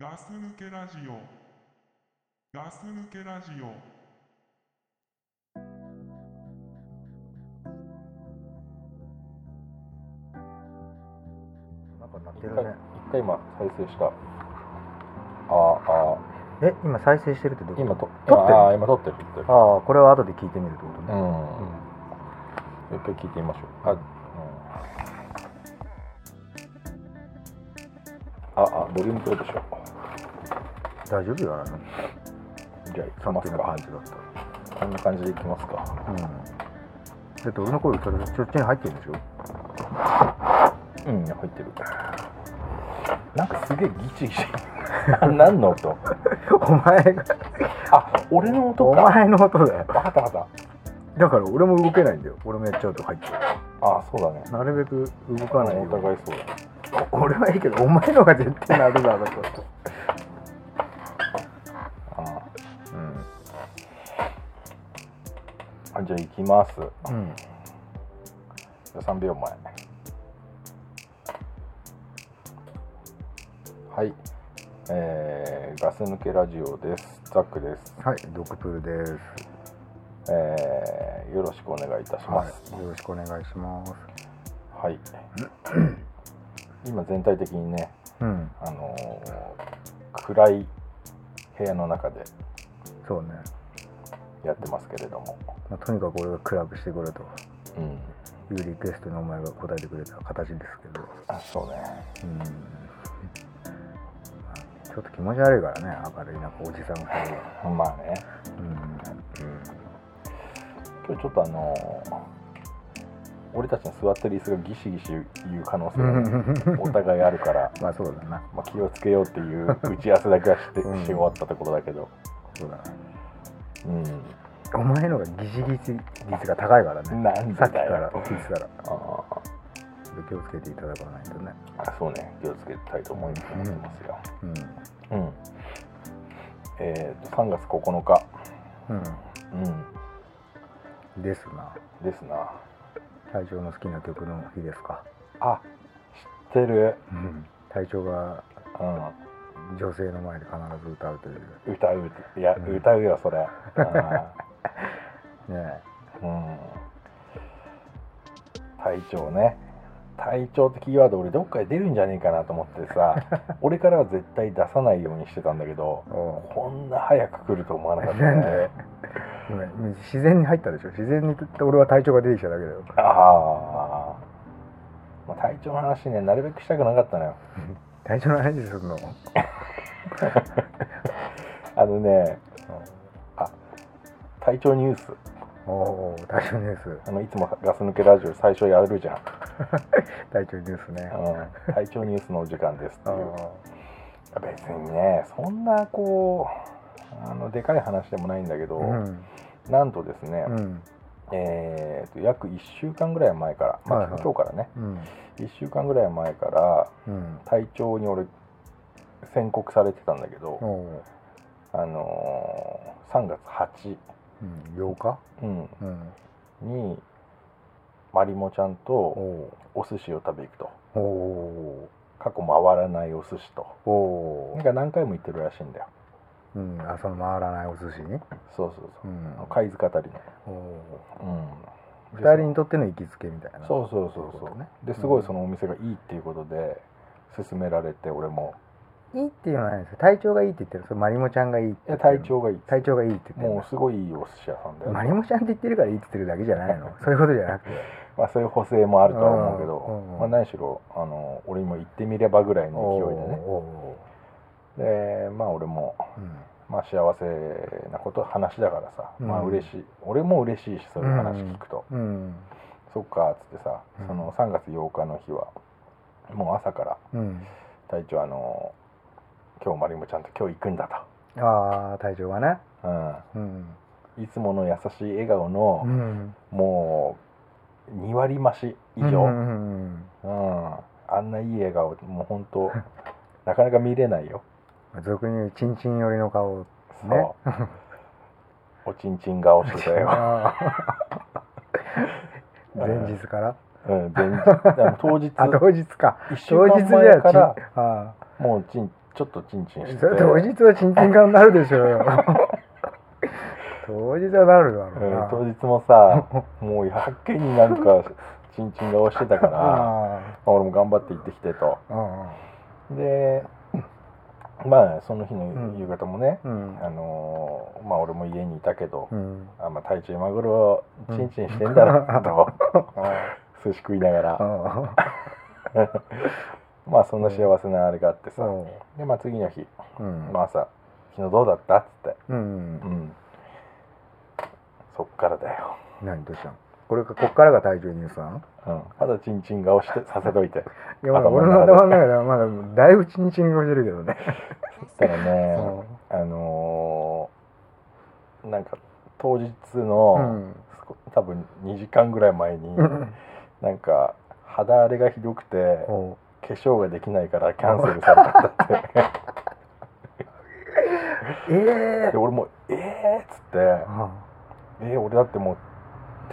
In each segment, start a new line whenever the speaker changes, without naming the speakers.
ガス抜けラジオガス抜けラジオ
なんか鳴って
一
る
回
ね。
一回今再生した。ああ
え、今再生してるってどういう
今
こと撮ってる
今あ今撮ってる撮ってる。
ああ、これは後で聞いてみるってこと
う
ね。
ん。一回聞いてみましょう。あ、うん、ああボリュームどうでしょう。
大丈夫よ、あの、
じゃあ行
さ
き
っ
ま
き
す
の感
か
じ。だったら。
こんな感じで行きますか。
うん。だって俺の声それそっちに入ってるんでしょ
うん入ってる。なんかすげえギチギチ。あ 何の音？
お前が、
あ俺の音
お
か。
前の音だよ。
わかったわかっ
だから俺も動けないんだよ。俺もやっちゃうと入ってる。
た。あそうだね。
なるべく動かないよ
お
う
互いそうだ。
に。俺はいいけど、お前のが絶対なるだろ、これ。
ああうんあじゃあ行きますじ
うん。
ゃあ3秒前はいえーガス抜けラジオですザックです、
はい、ドクプルです。
えーよろしくお願いいたしま
は
す
い。よろしくお願いします。
はい、今全体的にね
うん、
あのー暗い部屋の中で
そうね。
やってますけれども、
まあ、とにかく俺がクラブしてくれと。
うん、
いうリクエストにお前が答えてくれた形ですけど、
あそうね
うん、ちょっと気持ち悪いからね明るいなんかおじさん2人は、
まあね
うん、
今日ちょっとあの俺たちの座ってる椅子がギシギシ言う可能性が、お互いあるから、
まあそうだな
まあ、気をつけようっていう 打ち合わせだけはして,、
うん
して終わったところだけど、
そうだな
うん、
お前のがギシギシ率が高いからね
なんで
さっきか
だ
ら
よ
聞いてたら
あー
ちょっと気をつけていただかないとね、
あそうね気をつけたいと思い思ってますよ、
うん
うんえーと3月9日、
う、
うん、
ですなん
ですな
隊長の好きな曲の日ですか、
あ知ってる、
うん、隊長が
うん、
女性の前で必ず歌うというね
歌ういや、
うん
歌うよそれ、あ
え
ーうん、体調ね体調ってキーワード俺どっかで出るんじゃねえかなと思ってさ俺からは絶対出さないようにしてたんだけど
おう
こんな早く来ると思わなかった
なんで
ね
ごめん自然に入ったでしょ自然に俺は隊長が出てきただけだよ
ああまあ体調の話ねなるべくしたくなかったのよ
体調の話するの
あのね体調ニュース
おおー体調ニュース
あのいつもガス抜けラジオ最初やるじゃん、
体調ニュースね
うん、体調ニュースのお時間ですって
あ
いう
ー
別にねそんなこうあのでかい話でもないんだけど、
うん
なんとですね、
うん
えーと約1週間ぐらい前から、まあ
はいはい
今日からね
うん
1週間ぐらい前から
うん
体調に俺宣告されてたんだけど
お、お
あのー3月8、
うん8日
うん
うん
にまりもちゃん
お
と
お
お寿司を食べ行くと
おお
過去回らないお寿司と
お
なん
お
か何回も行ってるらしいんだよ
うんあその回らないお寿司に
そうそう
う
そう、
ん
あの貝塚あたり
おお
の、うん、
二人にとっての行きつけみたいな
そうそうそう
ってこ
そ
と
う、
ね
ですごいそのお店がいいっていうことで勧められて俺も
いいっていうのはないんですよ体調がいいって言ってるそれまりもちゃんがいいって言
いや
ってる
体調がいい
体調がいいって言ってる
もうすごいいいお寿司屋さんだよ、
まりもちゃんって言ってるからいいって言ってるだけじゃないのそういうことじゃなくて
まあ、そういう補正もあるとは思うけ
うんうんうん
ど、まあ、何しろあの俺にも行ってみればぐらいの勢いでね
おお
でまあ俺も、
うん
まあ、幸せなこと話だからさ、まあ
うん
嬉しい俺も嬉しいしそういう話聞くと、
うん
そっかっつってさ
うん
その3月8日の日はもう朝から
うん
隊長あの今日まりもちゃんと今日行くんだ
ああ体調がね
と、うん、
うん
いつもの優しい笑顔の、
ん
もう2割増し以
う
上、
んうん
うんあんないい笑顔もう本 当なかなか見れないよ
うん俗に言うチンチン寄りの顔
そう、
ね
おちんちん顔してた よ、
あー 前日から
うん、前日でも当日
あ当日か
1週
当日
間
じゃ
前
あ
から
ちんあ
もうちんちょっとチンチンしてて
それ当日は新人化になるでしょ うよ当日はなるだ
う
ろうんな、
当日もさもうやっけになんかチンチン顔してたからまあ
あ
俺も頑張って行ってきてと
ああ
でまあその日の夕方もね、
あうん
あのーまあ俺も家にいたけど、
うん
あまあ体調今頃チンチンしてんだなと、 寿司食いながら
あ
まあそんな幸せなあれがあってさ、
うん
でまあ次の日、
うん
まあ朝「昨日どうだった?」っつって、
うん
うん、そっからだよ、
何どうしたのこれかこっからが体調ニュースなの
うん、まだチンチン顔してさせ といて
いやまだ
頭
俺
の
の
中で
頭の中ではまだだいぶチンチン顔してるけどね
そしたらね、
う
あのーなんか当日
ん
の、すこ多分2時間ぐらい前に、
うん
なんか肌荒れがひどくて
おう
化粧ができないからキャンセルされたんだって
ええ
で俺も「えー!」っつって
あ
「えー、俺だってもう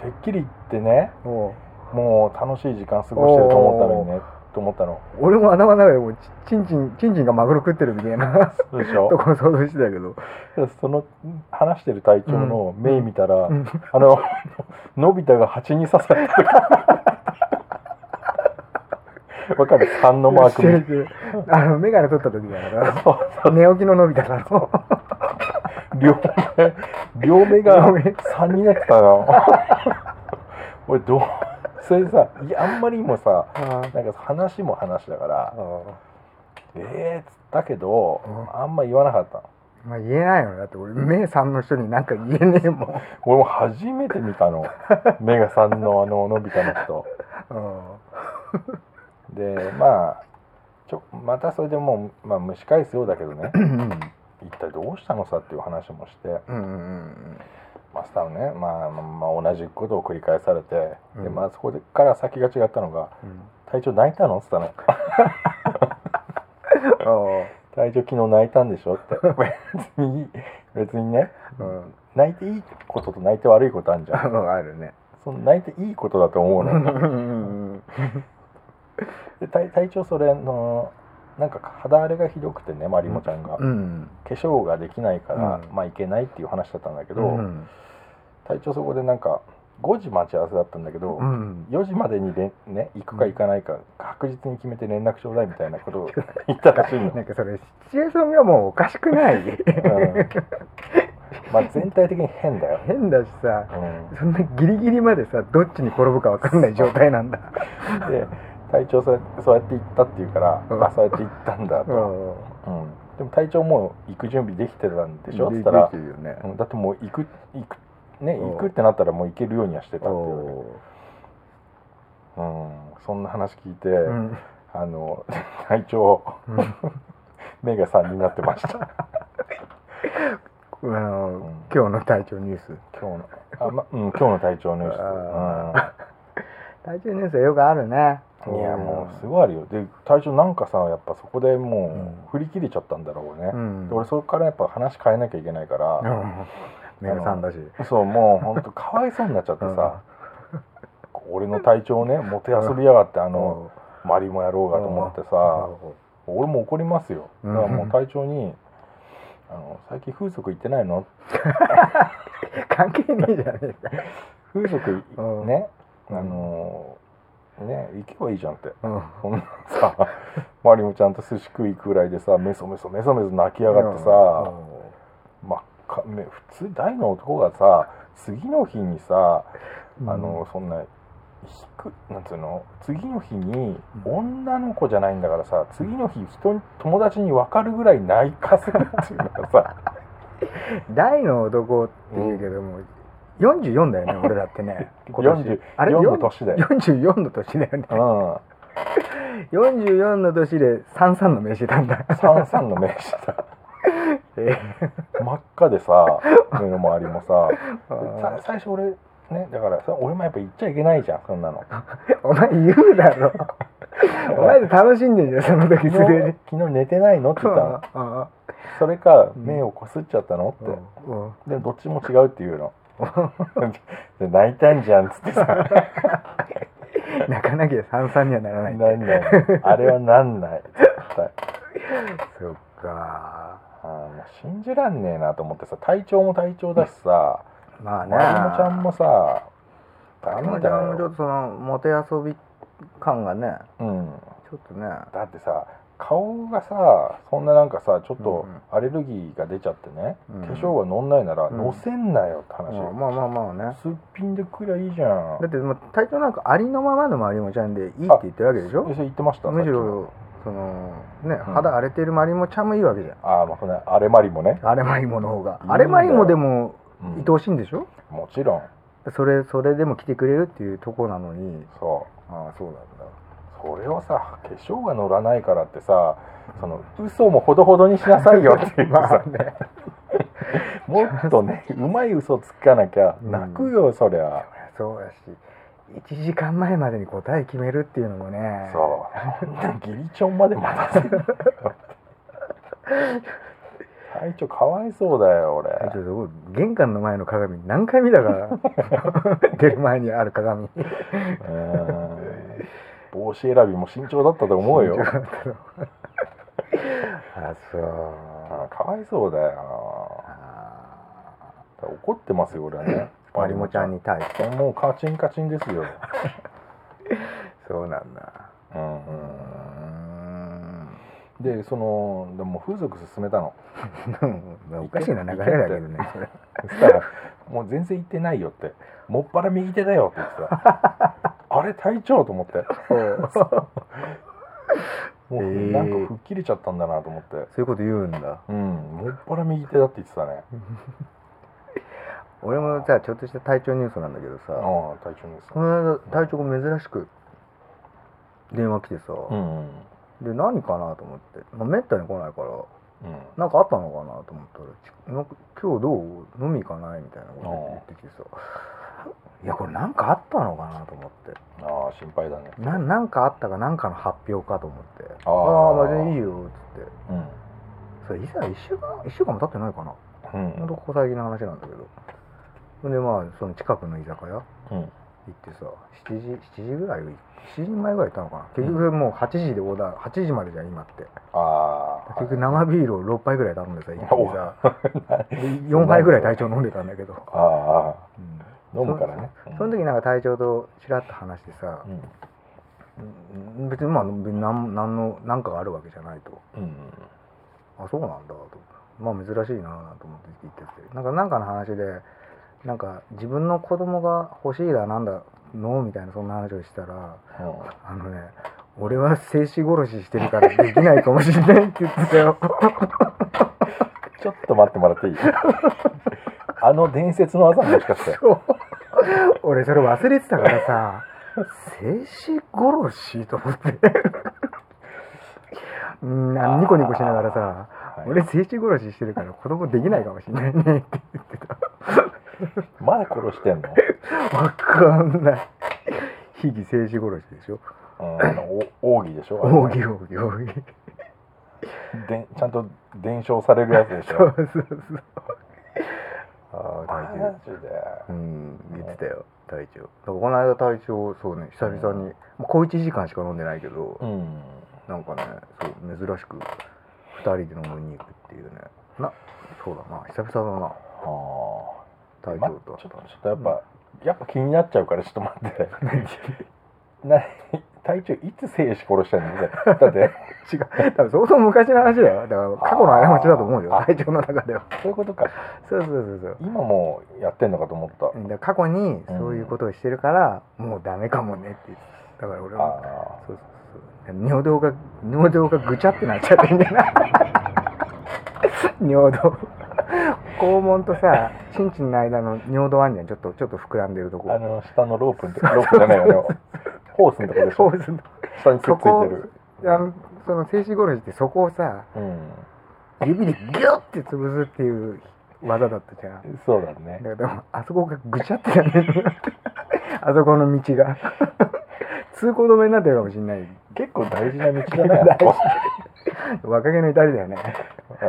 てっきり言ってね
あおう
もう楽しい時間過ごしてると思ったのにね」と思ったの
俺も頭の中でもうチチンチンチンチンがマグロ食ってるみたいな
そうでし
と
ょ
ころ想像してたけど
その話してる隊長の目見たら、
うん
あののび太が蜂に刺されたと かわかる3のマー
し
ク
て
見
る
て
してるあの眼鏡取った時だから
そう
寝起きののび太だろ
両目両目が
両目
3になってた な俺どうそれさいやあんまりにもさ
あ
なんか話も話だから
あ
ええー、っつったけど
うん
あんま言わなかったの
まあ言えないよねだって俺目さんの人になんか言えねえもん
俺も初めて見 たのメガさんのあののび太の人
うん
でまあちょまたそれでもう、まあ、蒸し返すようだけどね一体どうしたのさっていう話もして
うんうん
マスターをね、まあ、まあ同じことを繰り返されて、で
うん
まあそこから先が違ったのが
うんうん
「隊長泣いたの?」っつったの「隊長昨日泣いたんでしょ?」って 別に別にね
うんうん
泣いていいことと泣いて悪いことあるじゃん
あるね
その泣いていいことだと思う
うん
の
うんうん
で隊隊長それあのなんか肌荒れがひどくてねまりもちゃんが、
うん
化粧ができないから、
うん
まあいけないっていう話だったんだけど、
うん
隊長そこでなんか5時待ち合わせだったんだけど、
うん
4時までにれんね行くか行かないか確実に決めて連絡ちょうだいみたいなことを 言ったらしいの、
なんかそれシチュエーションがもうおかしく ない
うんまあ全体的に変だよ、
変だしさ
うん
そんなギリギリまでさどっちに転ぶかわかんない状態なん だ
で隊長そうそうやって行ったっていうから、
うん
まあそうやって行ったんだ
う
と、
ん
うんでも隊長もう行く準備できてたんでしょっつ
で
ったら、
できるよね
うんだってもう行く行くね
うん
行くってなったらもう行けるようにはしてたっていうわけ
お
うん、そんな話聞いて、
ーうん
あの 体調
うん
目が3になってました
あの
うん
今日の体調ニュース
今日のあ、まうん、今日の体調のニュー
あ体調ニュースはよくあるね
ス、うん、いやもうすごいあるよで体調なんかさやっぱそこでもう振り切れちゃったんだろうね
う、ん
で俺それからやっぱ話変えなきゃいけないか
う
ら、
んメガさんだし
そうもうほんとかわいそうになっちゃってさ、俺の体調ねもてあそびやがってあの、マリもやろうがと思ってさ、俺も怒りますよだからもう体調に「あの最近風俗行ってないの?」
関係ねえじゃねえか
風俗
うん
ね、
うん
あのーね行けばいいじゃんって
うん
こんなさマリもちゃんと寿司食いくらいでさメソメソメソメソ泣きやがってさ、真っ赤め普通大の男がさ次の日にさ、
うん
あのそんな低いなんつうの次の日に
う
女の子じゃないんだからさ次の日人に友達に分かるぐらい泣かせるっていうのがさ
大の男っていうけども、44だよね俺だって ね今年
40
あれ
4の年だよ。
44の年だよね
うん
44の年で33の飯なん だ
三三の名刺だ
え
真っ赤でさ目の周りもさ
あ
で
ー
さ最初俺ねだからさ俺もやっぱ言っちゃいけないじゃんそんなの
お前言うだ ろお前で楽しんでんじゃんその時
昨
すでに
日昨日寝てないのって言ったの
あ
それか
うん
目をこすっちゃったの
あ
って、
うん
でどっちも違うって言うの で泣いたんじゃんっつって さ
泣かなきゃ33にはならない
なんないあれはなんない絶対
そっかか
あもう信じらんねえなと思ってさ体調も体調だしさ
まあね
まりもちゃんもさダ
まり
メ
も
だ
ちゃんもちょ
よ
っとそのモテ遊び感がね
うん
ちょっとね
だってさ顔がさそんななんかさちょっと
うんうん
アレルギーが出ちゃってね、
うん
化粧が乗んないなら
うん
乗せんなよって話、
うんまあまあまあね
すっぴんでくりゃいいじゃん
だってもう体調なんかありのままのまりもちゃんでいいって言ってるわけでしょ
えそれ言ってました
むし
さっきの
ろそのね肌荒れてるまりもちゃんもいいわけじゃん
ああまあこのアレマリもね、
あれまりもの方が
うん
あれまりもでも
うん
愛おしいんでしょ
もちろん
それそれでも来てくれるっていうとこなのに
そう
ああそうなんだ
それをさ化粧が乗らないからってさその嘘もほどほどにしなさいよ っていうさ、ね、もっとねうまい嘘つかなきゃ
うん
泣くよ、そりゃ
そうやし1時間前までに答え決めるっていうのもね
そう。ギリチョンまで待たせるのよ。 隊長かわいそうだよ俺。
ちょっと僕玄関の前の鏡何回見たから 出る前にある鏡
うーん帽子選びも慎重だったと思うよ。
あ そう
うんかわいそうだよ。
あ
怒ってますよ俺は ね。
ーまりもちゃんに対して
に。もうカチンカチンですよ。
そうなんだ
うんでそのでも風俗進めたの。
うん おかしいな流れだけどねそれ
そしたら「もう全然行ってないよ」って「もっぱら右手だよ」って言ってた あれ隊長と思ってもう
えー
なんか吹っ切れちゃったんだなと思って、
そういうこと言うんだ
うんもっぱら右手だって言ってたね
俺もさちょっとした体調ニュースなんだけどさ
ああ隊長です
この間体調が珍しく電話来てさ、
うんうん
で何かなと思って、まあ、めったに来ないから
うん
なんかあったのかなと思ったらちなんか「今日どう飲み行かない?」みたいなこと言ってきてさ「いやこれなんかあったのかな?」と思って
ああ心配だね
ななんかあったかなんかの発表かと思って「
あ
あ
ー
あまあ全然いいよ」っつって
うん
それ以前1週間1週間も経ってないかな
うん
ほんとここ最近の話なんだけどほんでまあその近くの居酒屋行
うん
ってさ7時7時ぐらい7時前ぐらい行ったのかな結局もう8時でオーダー8時までじゃん今って
ああ
結局生ビールを6杯ぐらい頼んでさ一気にさ4
4
杯ぐらい体調飲んでたんだけど、
ああああ飲むからね
その時なんか体調とちらっと話してさ
う、ん
うん別にまあ別に何何の何かがあるわけじゃないと
うん
あそうなんだとまあ珍しいなと思って言っててなんかなんかの話でなんか自分の子供が欲しいだなんだのみたいなそんな話をしたら
うん
あのね俺は精子殺ししてるからできないかもしれないって言ってたよ
ちょっと待ってもらっていい あの伝説の技もしかして
そう俺それ忘れてたからさ精子殺しと思ってうんあニコニコしながらさ
はい
俺精子殺ししてるから子供できないかもしれないねって言ってた
まだ殺してんの、
わかんない。非義静止殺しでしょ。
うんあの、お奥義でしょあれ
奥義奥義奥義。
でんちゃんと伝承されるやつでし
そ
ょ
うそうそう。ああ
マ
隊
ジ
長。
で
うん言ってたよ隊長。だからこの間隊長そうね久々に、もう小一時間しか飲んでないけど、
うん
なんかねそう珍しく二人で飲みに行くっていうね。なそうだな久々だな
ああ
隊
ま
長
ちょ
と
っと。ちょっとやっぱ、やっぱ気になっちゃうからちょっと待って な隊長いつ精子殺したんだってだって
違う多分相当昔の話だよだから過去の過ちだと思うよ
あー
隊長の中では
そういうことか
そうそうそうそう
今もやってんのかと思った、
うんだから過去にそういうことをしてるから、もうダメかもねって言ってだから俺
あ
は
あ
そうそうそう尿道が尿道がぐちゃってなっちゃってんだよな尿道肛門とさちんちんの間の尿道あんじゃんちょっとちょっと膨らんでるとこ
あの下のロープのとこロープじゃないよねホースのとこでし
そ
ょ
うすんの
下にくっつ
そこ
いてる
をあのその静止殺しってそこをさ
うん
指でギュッて潰すっていう技だったじゃん
そうだね
だからあそこがぐちゃってなんでる あそこの道が 通行止めになってるかもしれない
結構大事な道だねあそこ
若気の至りだよね
う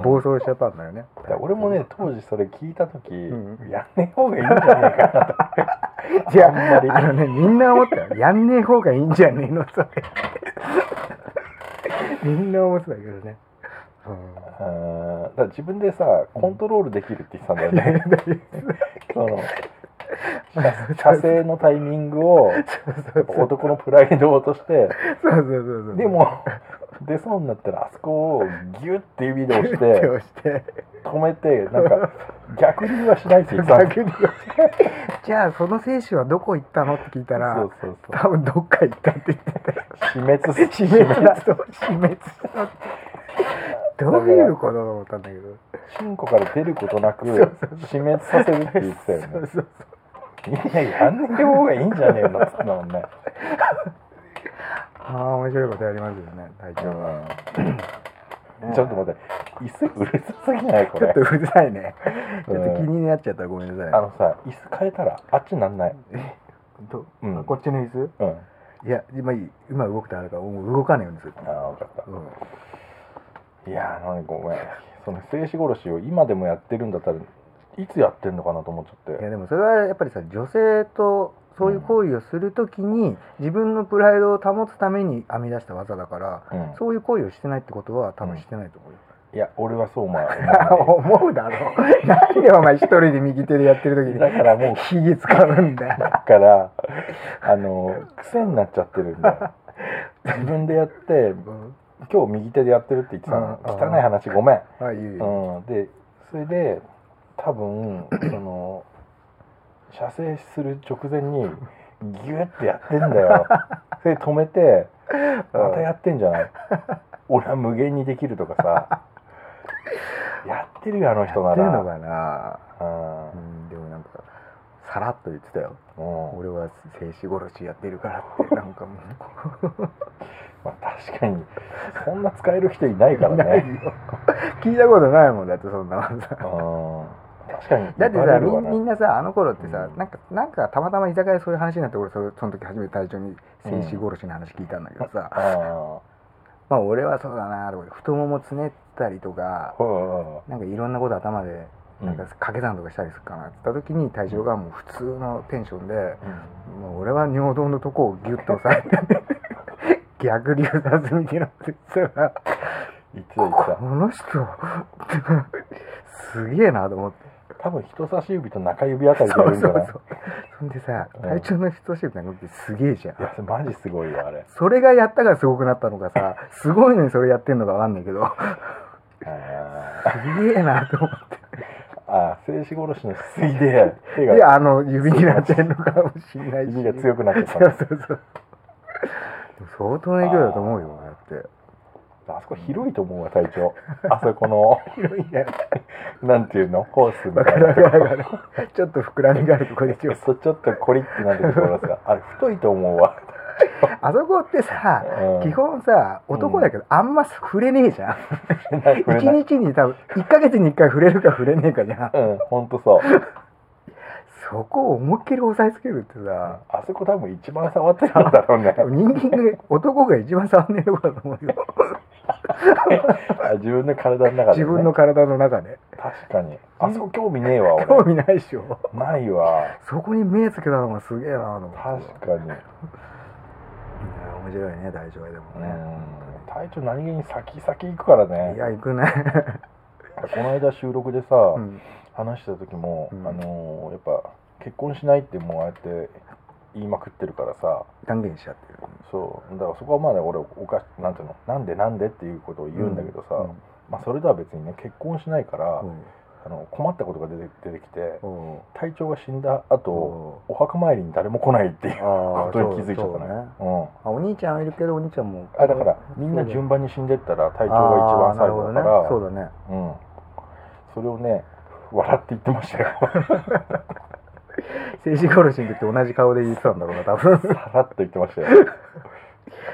ん
暴走しちゃったんだよね
だから俺もね当時それ聞いた時、
うん
やんねえ方がいいんじゃねえか なと
いや
あんまり
あのねみんな思ったよやんねえ方 がいいんじゃねえのそれみんな思ってたけどねうん
あーだから自分でさコントロールできるって言ってたんだよ
いやい
ね
や
その射精のタイミング をやっぱ男のプライドを落として
そうそうそうそう
でも出そうになったらあそこをギュッて指で押し
手
て
をして
止めてなんか逆流はしないって言ってた
逆にじゃあその精子はどこ行ったのって聞いたら
そうそう そう
多分どっか行ったって言ってたよ
死滅す
死滅した死滅したってどういうことだと思ったんだけど
チンコから出ることな く死滅させるって言ってたよね
そうそう
いややんねえ方がいいんじゃねえのっつったもんね
ああ面白いことやりますよね隊長は、
ちょっと待って椅子うるさすぎない こ
ちょっ
れ
とうるさいねち
うん
ょっと気になっちゃったらごめんな
あ
さい
のさ椅子変えたらあっちなんない
えど
うん
あこっちの椅子
うんあ
いや今いい今動くとあるからもう動かないようにする
あ分かった
うん
いやー何ごめんその静止殺しを今でもやってるんだったらいつやってんのかなと思っちゃっ
い
て
やでもそれはやっぱりさ女性とそういう行為をするときに自分のプライドを保つために編み出した技だから、
うん
そういう行為をしてないってことは多分してないと思うよ、
いや俺はそう思わない
思うだ ろうなんでお前一人で右手でやってる時に
だからもう
ひげ使うんだよ
だから あの癖になっちゃってるんだよ自分でやって
うん
今日右手でやってるって言ってたの
うん
汚い話ごめん
あいいよ
うん、でそれで多分その射精する直前にギュッてやってん だよそれ止めてまたやってんじゃない俺は無限にできるとかさやってるよあの人
や
な
ってる
ら
のかな
うん
うんでもなんかさらっと言ってたよ
うん
俺は静止殺しやってるからってなんかもう
まあ、確かにそんな使える人いないから
ない
ね、
よ 聞いたことないもんだってそんな技
うん、確かに
だって
言わ
さ
れ
み
るわ
ん
な
みんなさあの頃ってさ、
うん
なんかなんかたまたま居酒屋でそういう話になって俺それその時初めて隊長に静止殺しの話聞いたんだけどさ、
あ
まあ俺はそうだなとか太ももつねったりとか
ーうん
なんかいろんなこと頭で
うん
なんか掛け算とかしたりするかなって言った時に隊長がもう普通のテンションで、
うん
もう俺は尿道のとこをギュッと押さえて 逆流させみたいなこと言ってたら
言ってた言ってた
この人 すげえなと思って。
多分人差し指と中指あたりでやるんじゃない
そうそうそんでさ
うん
体調の人差し指なんかってすげえじゃん
いやそれマジすごいよあれ、はい
それがやったからすごくなったのかさすごいのにそれやってんのかわかんないけどすげえなと思っ
あー静止殺しのすいで手
てい
が
やあの指になってんのかもしんないし
指が強くなっちゃった
そうそうそうでも相当な勢いだと思うよだって
あそこ広いと思うわ体調あそこの
広いんだよ
なんていうのホースみ
わ
た
か
い
るわか
なとこ
るわかるちょっと膨らみがあるとこでしょ
そうちょっとコリってなってるところがあれ太いと思うわ、
あそこってさ
うん、
基本さ男だけどあんま触れねえじゃん
触れない触れない
1日に多分1ヶ月に1回触れるか触れねえかじゃん
うんほんとそう
そこを思いっきり押さえつけるってさ
あそこ多分一番触ってるんだろうね
多分人間が男が一番触んねえとこだと思うよ
あ自分の体の中で、ね、
自分の体の中で
確かにあそこ興味ねえわ
興
俺
味ないでしょ
ないわ
そこに目つけたのがすげえなと思って
確かに
いや面白いね大丈夫でも
うん
ね、
体調何気に先々行くからね
いや行く ね、
この間収録でさ、
うん、
話した時も、
うん
あのーやっぱ結婚しないってもうああやって言いまくってるからさ
断言しちゃってる
そうだからそこはまだ俺おかしなんていうのなんでなんでっていうことを言うんだけどさ、
うん
まあ、それとは別にね結婚しないから、
うん
あの困ったことが出て出てきて
おう
体調が死んだ後
おう
お墓参りに誰も来ないっていう
あ
ことに気づいちゃった
そうそうね
ねうん
あお兄ちゃんいるけどお兄ちゃんも
あだからみんな順番に死んでったら
体
体調が一番最後だから
そうだね
うん、それをね笑って言ってまし たよ
静止殺しの時と同じ顔で言ってたんだろうな多 分
さらっと言ってましたよ、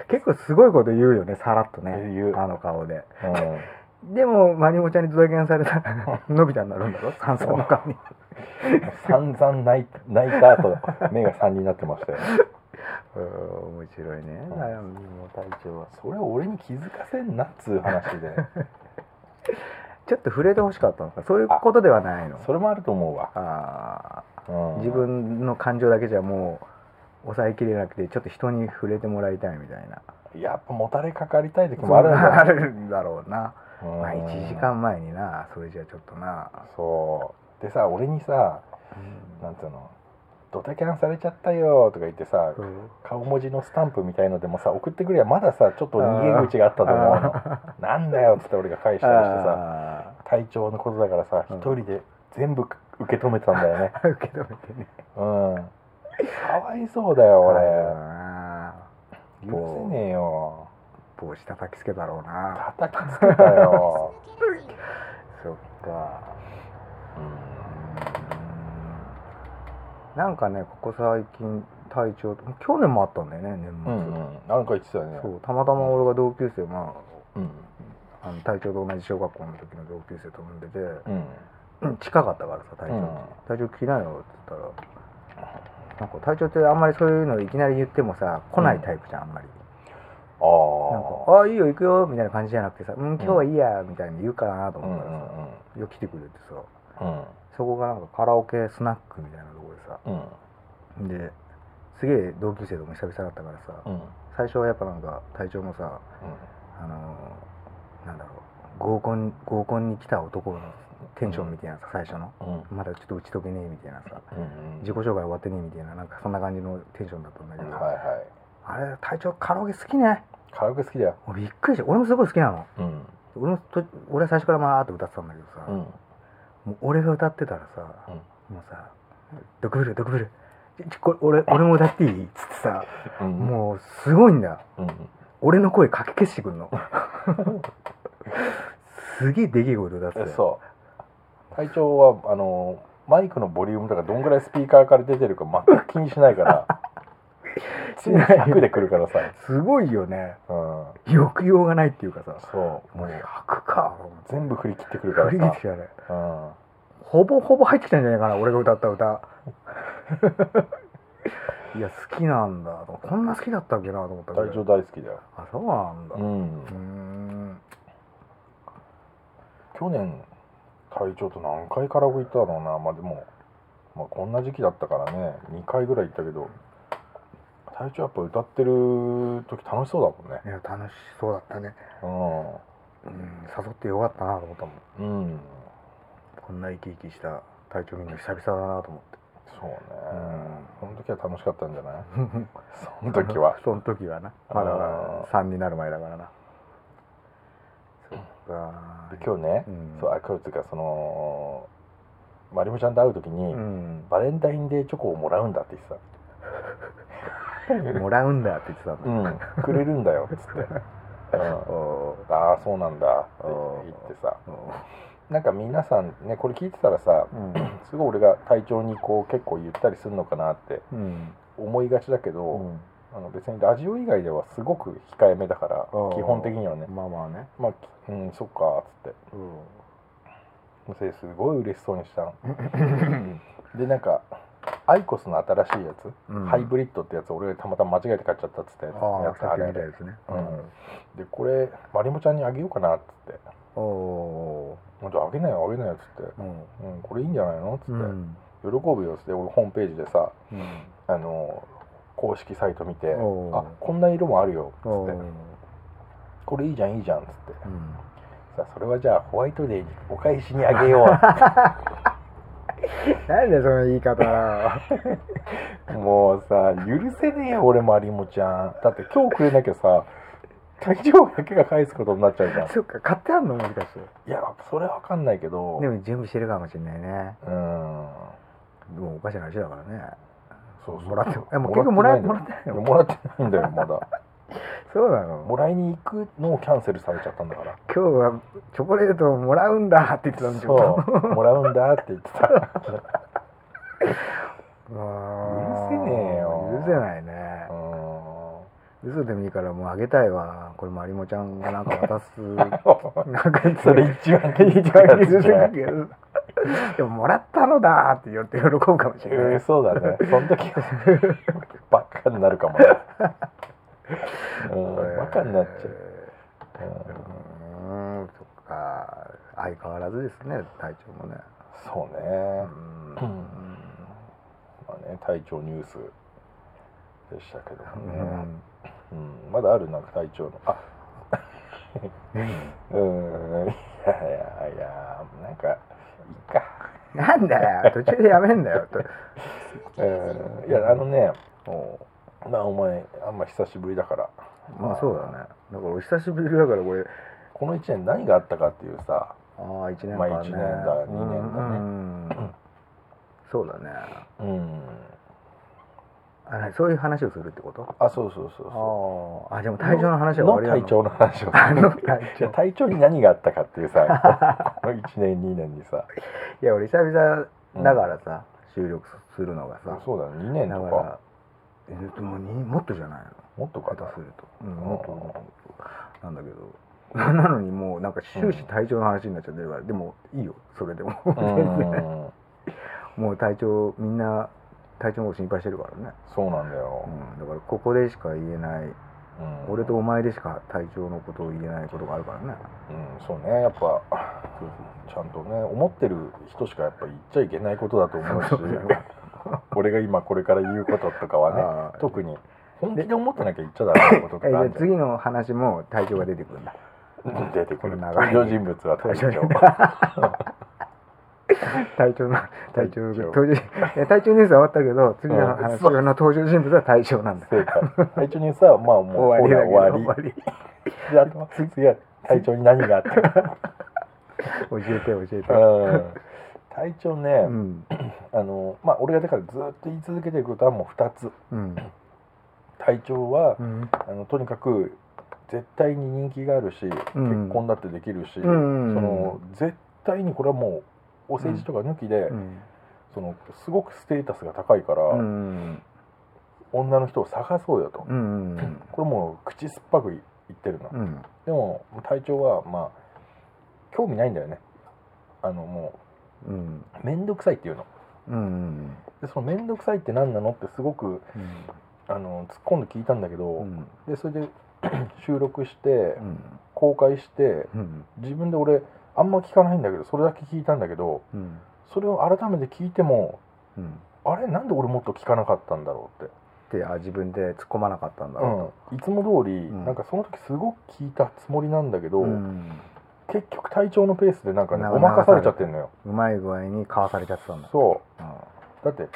結構すごいこと言うよねさらっとね
言う
あの顔で
うん
でもマリモちゃんにドタキャンされた らのび太になるんだろ三三の顔 に
散々泣い泣いた後目が3になってましたよ
うん面白いね
ん
悩みも隊長は
それを俺に気づかせんなっつう話で
ちょっと触れてほしかったのかそういうことではないの
それもあると思うわ、
あ
うん
ー、自分の感情だけじゃもう抑えきれなくてちょっと人に触れてもらいたいみたいな
やっぱもたれかかりたい時もあるんだ
あるんだろうな
うん
まあ1時間前になそれじゃちょっとな、
そうでさ俺にさなんつうの「ドタキャンされちゃったよ」とか言ってさ
うん
顔文字のスタンプみたいのでもさ送ってくればまださちょっと逃げ口があったと思うの「なんだよ」っつって俺が返したりしてさ
あ
体調のことだからさ
う
一
ん
人で全部受け止めてたんだ よね
ー受け止めてね
うんかわいそうだよ俺許せ
もう
ねえよ
帽子叩きつけだろうな
叩きつけた よ
そっか
うん
なんかねここ最近体調去年もあったんだよね年
う
末、
んうんなんか言ってたよね
そうたまたま俺が同級生、ま
うん
あ、あの体調と同じ小学校の時の同級生と飲んでて、
うん
うん近かったからさ体調、
うん
体調着なよって言ったらなんか体調ってあんまりそういうのいきなり言ってもさ来ないタイプじゃんあんまり、
あ
なんか
あ
「あいいよ行くよ」みたいな感じじゃなくてさ「うん今日はいいや」みたいに言うかなと
うんう
思っ
んう
たらさ「
ん
よ来てくれ」ってさ
うん
そこがなんかカラオケスナックみたいなところでさ
うん
ですげえ同級生とも久々だったからさ
うん
最初はやっぱなんか体調もさあのーなんだろう合コン合コンに来た男のテンションみたいなさ最初の
うん
まだちょっと打ち解けねえみたいなさ
うん
自己紹介終わってねえみたいななんかそんな感じのテンションだったんだけ
うん
ど、
はいはい
あれ体調カラオケ好きね
カラオケ好きだよ
俺びっくりして俺もすごい好きなの
うん
俺もと俺は最初からまあーっと歌ってたんだけどさ、
うん
もう俺が歌ってたらさ、
うん
もうさ「ドクブルドクブルちょこれ俺俺も歌っていい?」っつってさ
うん
もうすごいんだ
うん
俺の声かき消してくんのすげえでけえ声で歌ってたよ
えそう体調はあのマイクのボリュームとかどんぐらいスピーカーから出てるか全く気にしないから 常に100で来るからさ、
すごいよね
うん、
抑揚がないっていうかさ
そう
も
も
う
う
100か
全部振り切ってくるか
振り切っ
ら
てきたね
さ、うん、
ほぼほぼ入ってきたんじゃないかな俺が歌った歌いや好きなんだとこんな好きだったっけなと思ったけ
体調
ど
大好きだよ、
あそうなんだ
う、
うんーん
去年体調と何回カラオケ行ったのなまあでも、まあ、こんな時期だったからね2回ぐらい行ったけど体調やっぱ歌ってる時楽しそうだもんね
いや楽しそうだったねうん誘ってよかったなと思ったもん
うん、うん、
こんな生き生きした体調見るの久々だなと思って
そうね、
うん
その時は楽しかったんじ ゃないその時は
その時はなま
あ
だ
ー
3になる前だからなそっか
で今日ね、
うん
そうあ今日っていうかそのまりもちゃんと会う時に、
うん
バレンタインデーチョコをもらうんだって言ってた
もらうんだって言ってたんだ
うん、くれるんだよっつ って、うん
おー
ああそうなんだって言ってさ
お
なんか皆さんねこれ聞いてたらさ
ー
すごい俺が体調にこう結構言ったりするのかなって
うんうん
思いがちだけ
う
ど、
ん
あの別にラジオ以外ではすごく控えめだから
うん
基本的にはね
まあまあね
まあきうんそっかっつって
うん
それですごい嬉しそうにしたのでなんかアイコスの新しいやつ、
うん
ハイブリッドってやつ俺がたまたま間違えて買っちゃったっつってやつ
ああさっ
あ
きみた
れ
いですね
うんでこれまりもちゃんにあげようかなっつって
おお
「ほんとあげないよあげないよ」っつって
ーうん
「うんこれいいんじゃないの?」っつって、
うん
喜ぶよっつって俺ホームページでさ
うん
あの公式サイト見て
おう
「あこんな色もあるよ」っつ
お
っ
ー
て「これいいじゃんいいじゃん」っつって
うん
さあそれはじゃあホワイトデーにお返しにあげよ
なんでその言い方な
う もうさ許せねえよ俺も有もちゃんだって今日くれなきゃさ体調だけが返すことになっちゃうじゃん
のそっか買ってあんのもしかして
いやそれは分かんないけど
でも準備してるかもしれないね
うん
でもおかしな話だからね
そうそう
もらってえもう結 局もらえもらってない
いや
の
もらってないんだよまだ
そうなの
もらいに行くのをキャンセルされちゃったんだから
今日はチョコレートをもらうんだって言ってたんでし
そ
ょ
うもらうんだって言ってた
う
許せねえよ
許せないね
うーん
嘘でもいいからもうあげたいわこれまりもちゃんがなんか渡すなんか
それ一番気に
一
入った
番
や
許せ
つじゃ
なんいけど でももらったのだって言って喜ぶかもしれない、
うんそうだねその時バカになるかもね、うん、バカになっちゃう
うーんそっか相変わらずですね体調もね
そう
う
ね,、
ん
まあ、ね体調ニュースでしたけども
う
ね、
ん
うんまだあるなんか体調のあ うーん いやいやいやなんかいいか
なんだよ途中でやめんだよと
うんいやあのねまあお前あんま久しぶりだから
まあそうだねだからお久しぶりだからこれ
この1年何があったかっていうさ
ああ1年
まあ
間ね、
一年だ二年
うん
だね
うんそうだね
うん
あれそういう話をするってこと
あそうそうそうそ
あああでも体調の話
う
は
の
終わり
体
な
調の話を
あの
じゃ
体調
体調に何があったかっていう さこの1年2年にさ
いや俺久々
うん
だからさ、収録するのがさ
そうだね2年
だ
と
か
から
えっともうにもっとじゃないの
もっとか
下
な
手すると、うん、
あー
もっともっともっとなんだけど なのにもうなんか終始体調の話になっちゃってるから、でもいいよそれでも全然
う ん
もう体調みんな体調のこと心配してるからね、
そうなんだよ
う、ん、だからここでしか言えない
うん
俺とお前でしか体調のことを言えないことがあるからね
うん、そうねやっぱちゃんとね思ってる人しかやっぱ言っちゃいけないことだと思うし
そうだね
俺が今これから言うこととかはね
あー
特に本気で思ってなきゃ言っちゃダメなことと
えじ
か
ゃ
あ
あ
るじゃん
次の話も体調が出てく るんだ
うん出てくる
この流れ
登場人物は
体
大
調
将
体調の体調
体調
登場え体調ニュースは終わったけど次の
う
話
んそう
の登場人物は体調なんだ
正解体調にさまあもう
終わり
コー
だ
ナー
けど
終わ
終
り
わり
であとは次は体調に何があったか
教えて教えて
うん体調ね、
うん
あのまあ俺がだからずっと言い続けてることはもう2つ
うん
体調は、
うん
あのとにかく絶対に人気があるし、
ん
結婚だってできるし、
うん
その絶対にこれはもうお世辞とか抜きで、
うん
そのすごくステータスが高いから、
うん
女の人を探そうよと、
うんうん
これもう口酸っぱく言ってるの、
うん
でも体調はまあ興味ないんだよねあのも
うん
う面倒くさいっていうの
うん
でその面倒くさいって何なのってすごくあの突っ込んで聞いたんだけど、
うん
でそれで 収録して
うん
公開して
うん
自分で俺あんま聞かないんだけどそれだけ聞いたんだけど
うん
それを改めて聞いても
うんっ
あれなんで俺もっと聞かなかったんだろうって、
てあ自分で突っ込まなかったんだろ
うん、いつも通り、
ん
なんかその時すごく聞いたつもりなんだけど、
うとうん
結局体調のペースでなんかね
なんか
ごまかされちゃってんのよ
うまい具合にかわされちゃってたんだ
そう
うん
うだって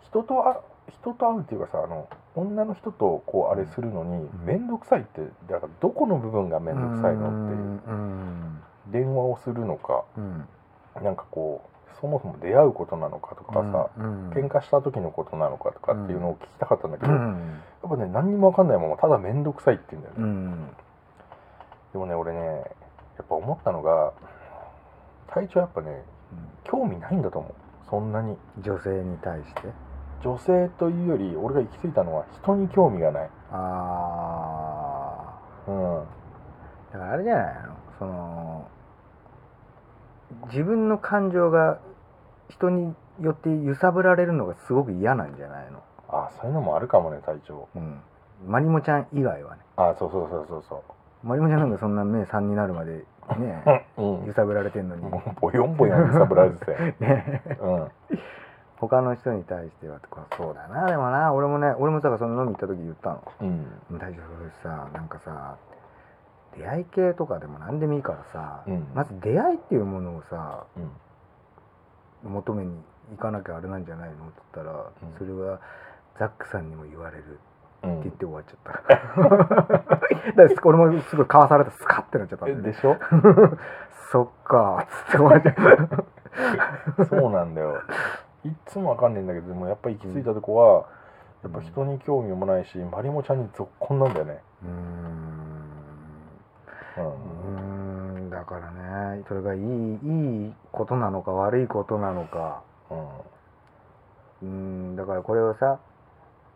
人とあ人と会うっていうかさあの女の人とこうあれするのに
ん
面倒くさいってだからどこの部分が面倒くさいのっ
う
ていう
ん
電話をするのか
うん
なんかこうそもそも出会うことなのかとかさ、
うん
喧嘩した時のことなのかとかっていうのを聞きたかったんだけ
う
ど、やっ
ん
ぱね何にも分かんないままただ面倒くさいって言うんだよ
う
ね、
ん
でもね俺ねやっぱ思ったのが体調やっぱね興味ないんだと思うそんなに
女性に対して
女性というより俺が行き着いたのは人に興味がない、
あ
うん、
あだからあれじゃないのその自分の感情が人によって揺さぶられるのがすごく嫌なんじゃないの
あそういうのもあるかもね体調
うんまりもちゃん以外はね
あそうそうそうそうそ
まりもちゃんなんかそんな目3になるま でね
ううん
揺さぶられてんのに
もうボヨンボヨン揺さぶられてて
ね
うん
他の人に対してはとかそうだなでもな俺もね俺もだからその飲み行った時言ったの
うん
「大丈夫さなんかさ出会い系とかでも何でもいいからさ、
うん
まず出会いっていうものをさ
うん
求めに行かなきゃあれなんじゃないの?」って言ったら、
うん
それはザックさんにも言われる
う
って言っ
ん
て終わっちゃった、だから俺もすごいかわされたスカッてなっちゃったんだ
え
よ
で
ね
しょ
そっかーっつって終わっちゃ った
そうなんだよ。いっつもわかんないんだけど、でもやっぱ行き着いたとこは、やっぱ人に興味もないし、まりもちゃんにぞっこんなんだよね。
うーんう
うん
ーんだからねそれがいいいいことなのか悪いことなのか
うん
うーんだからこれをさ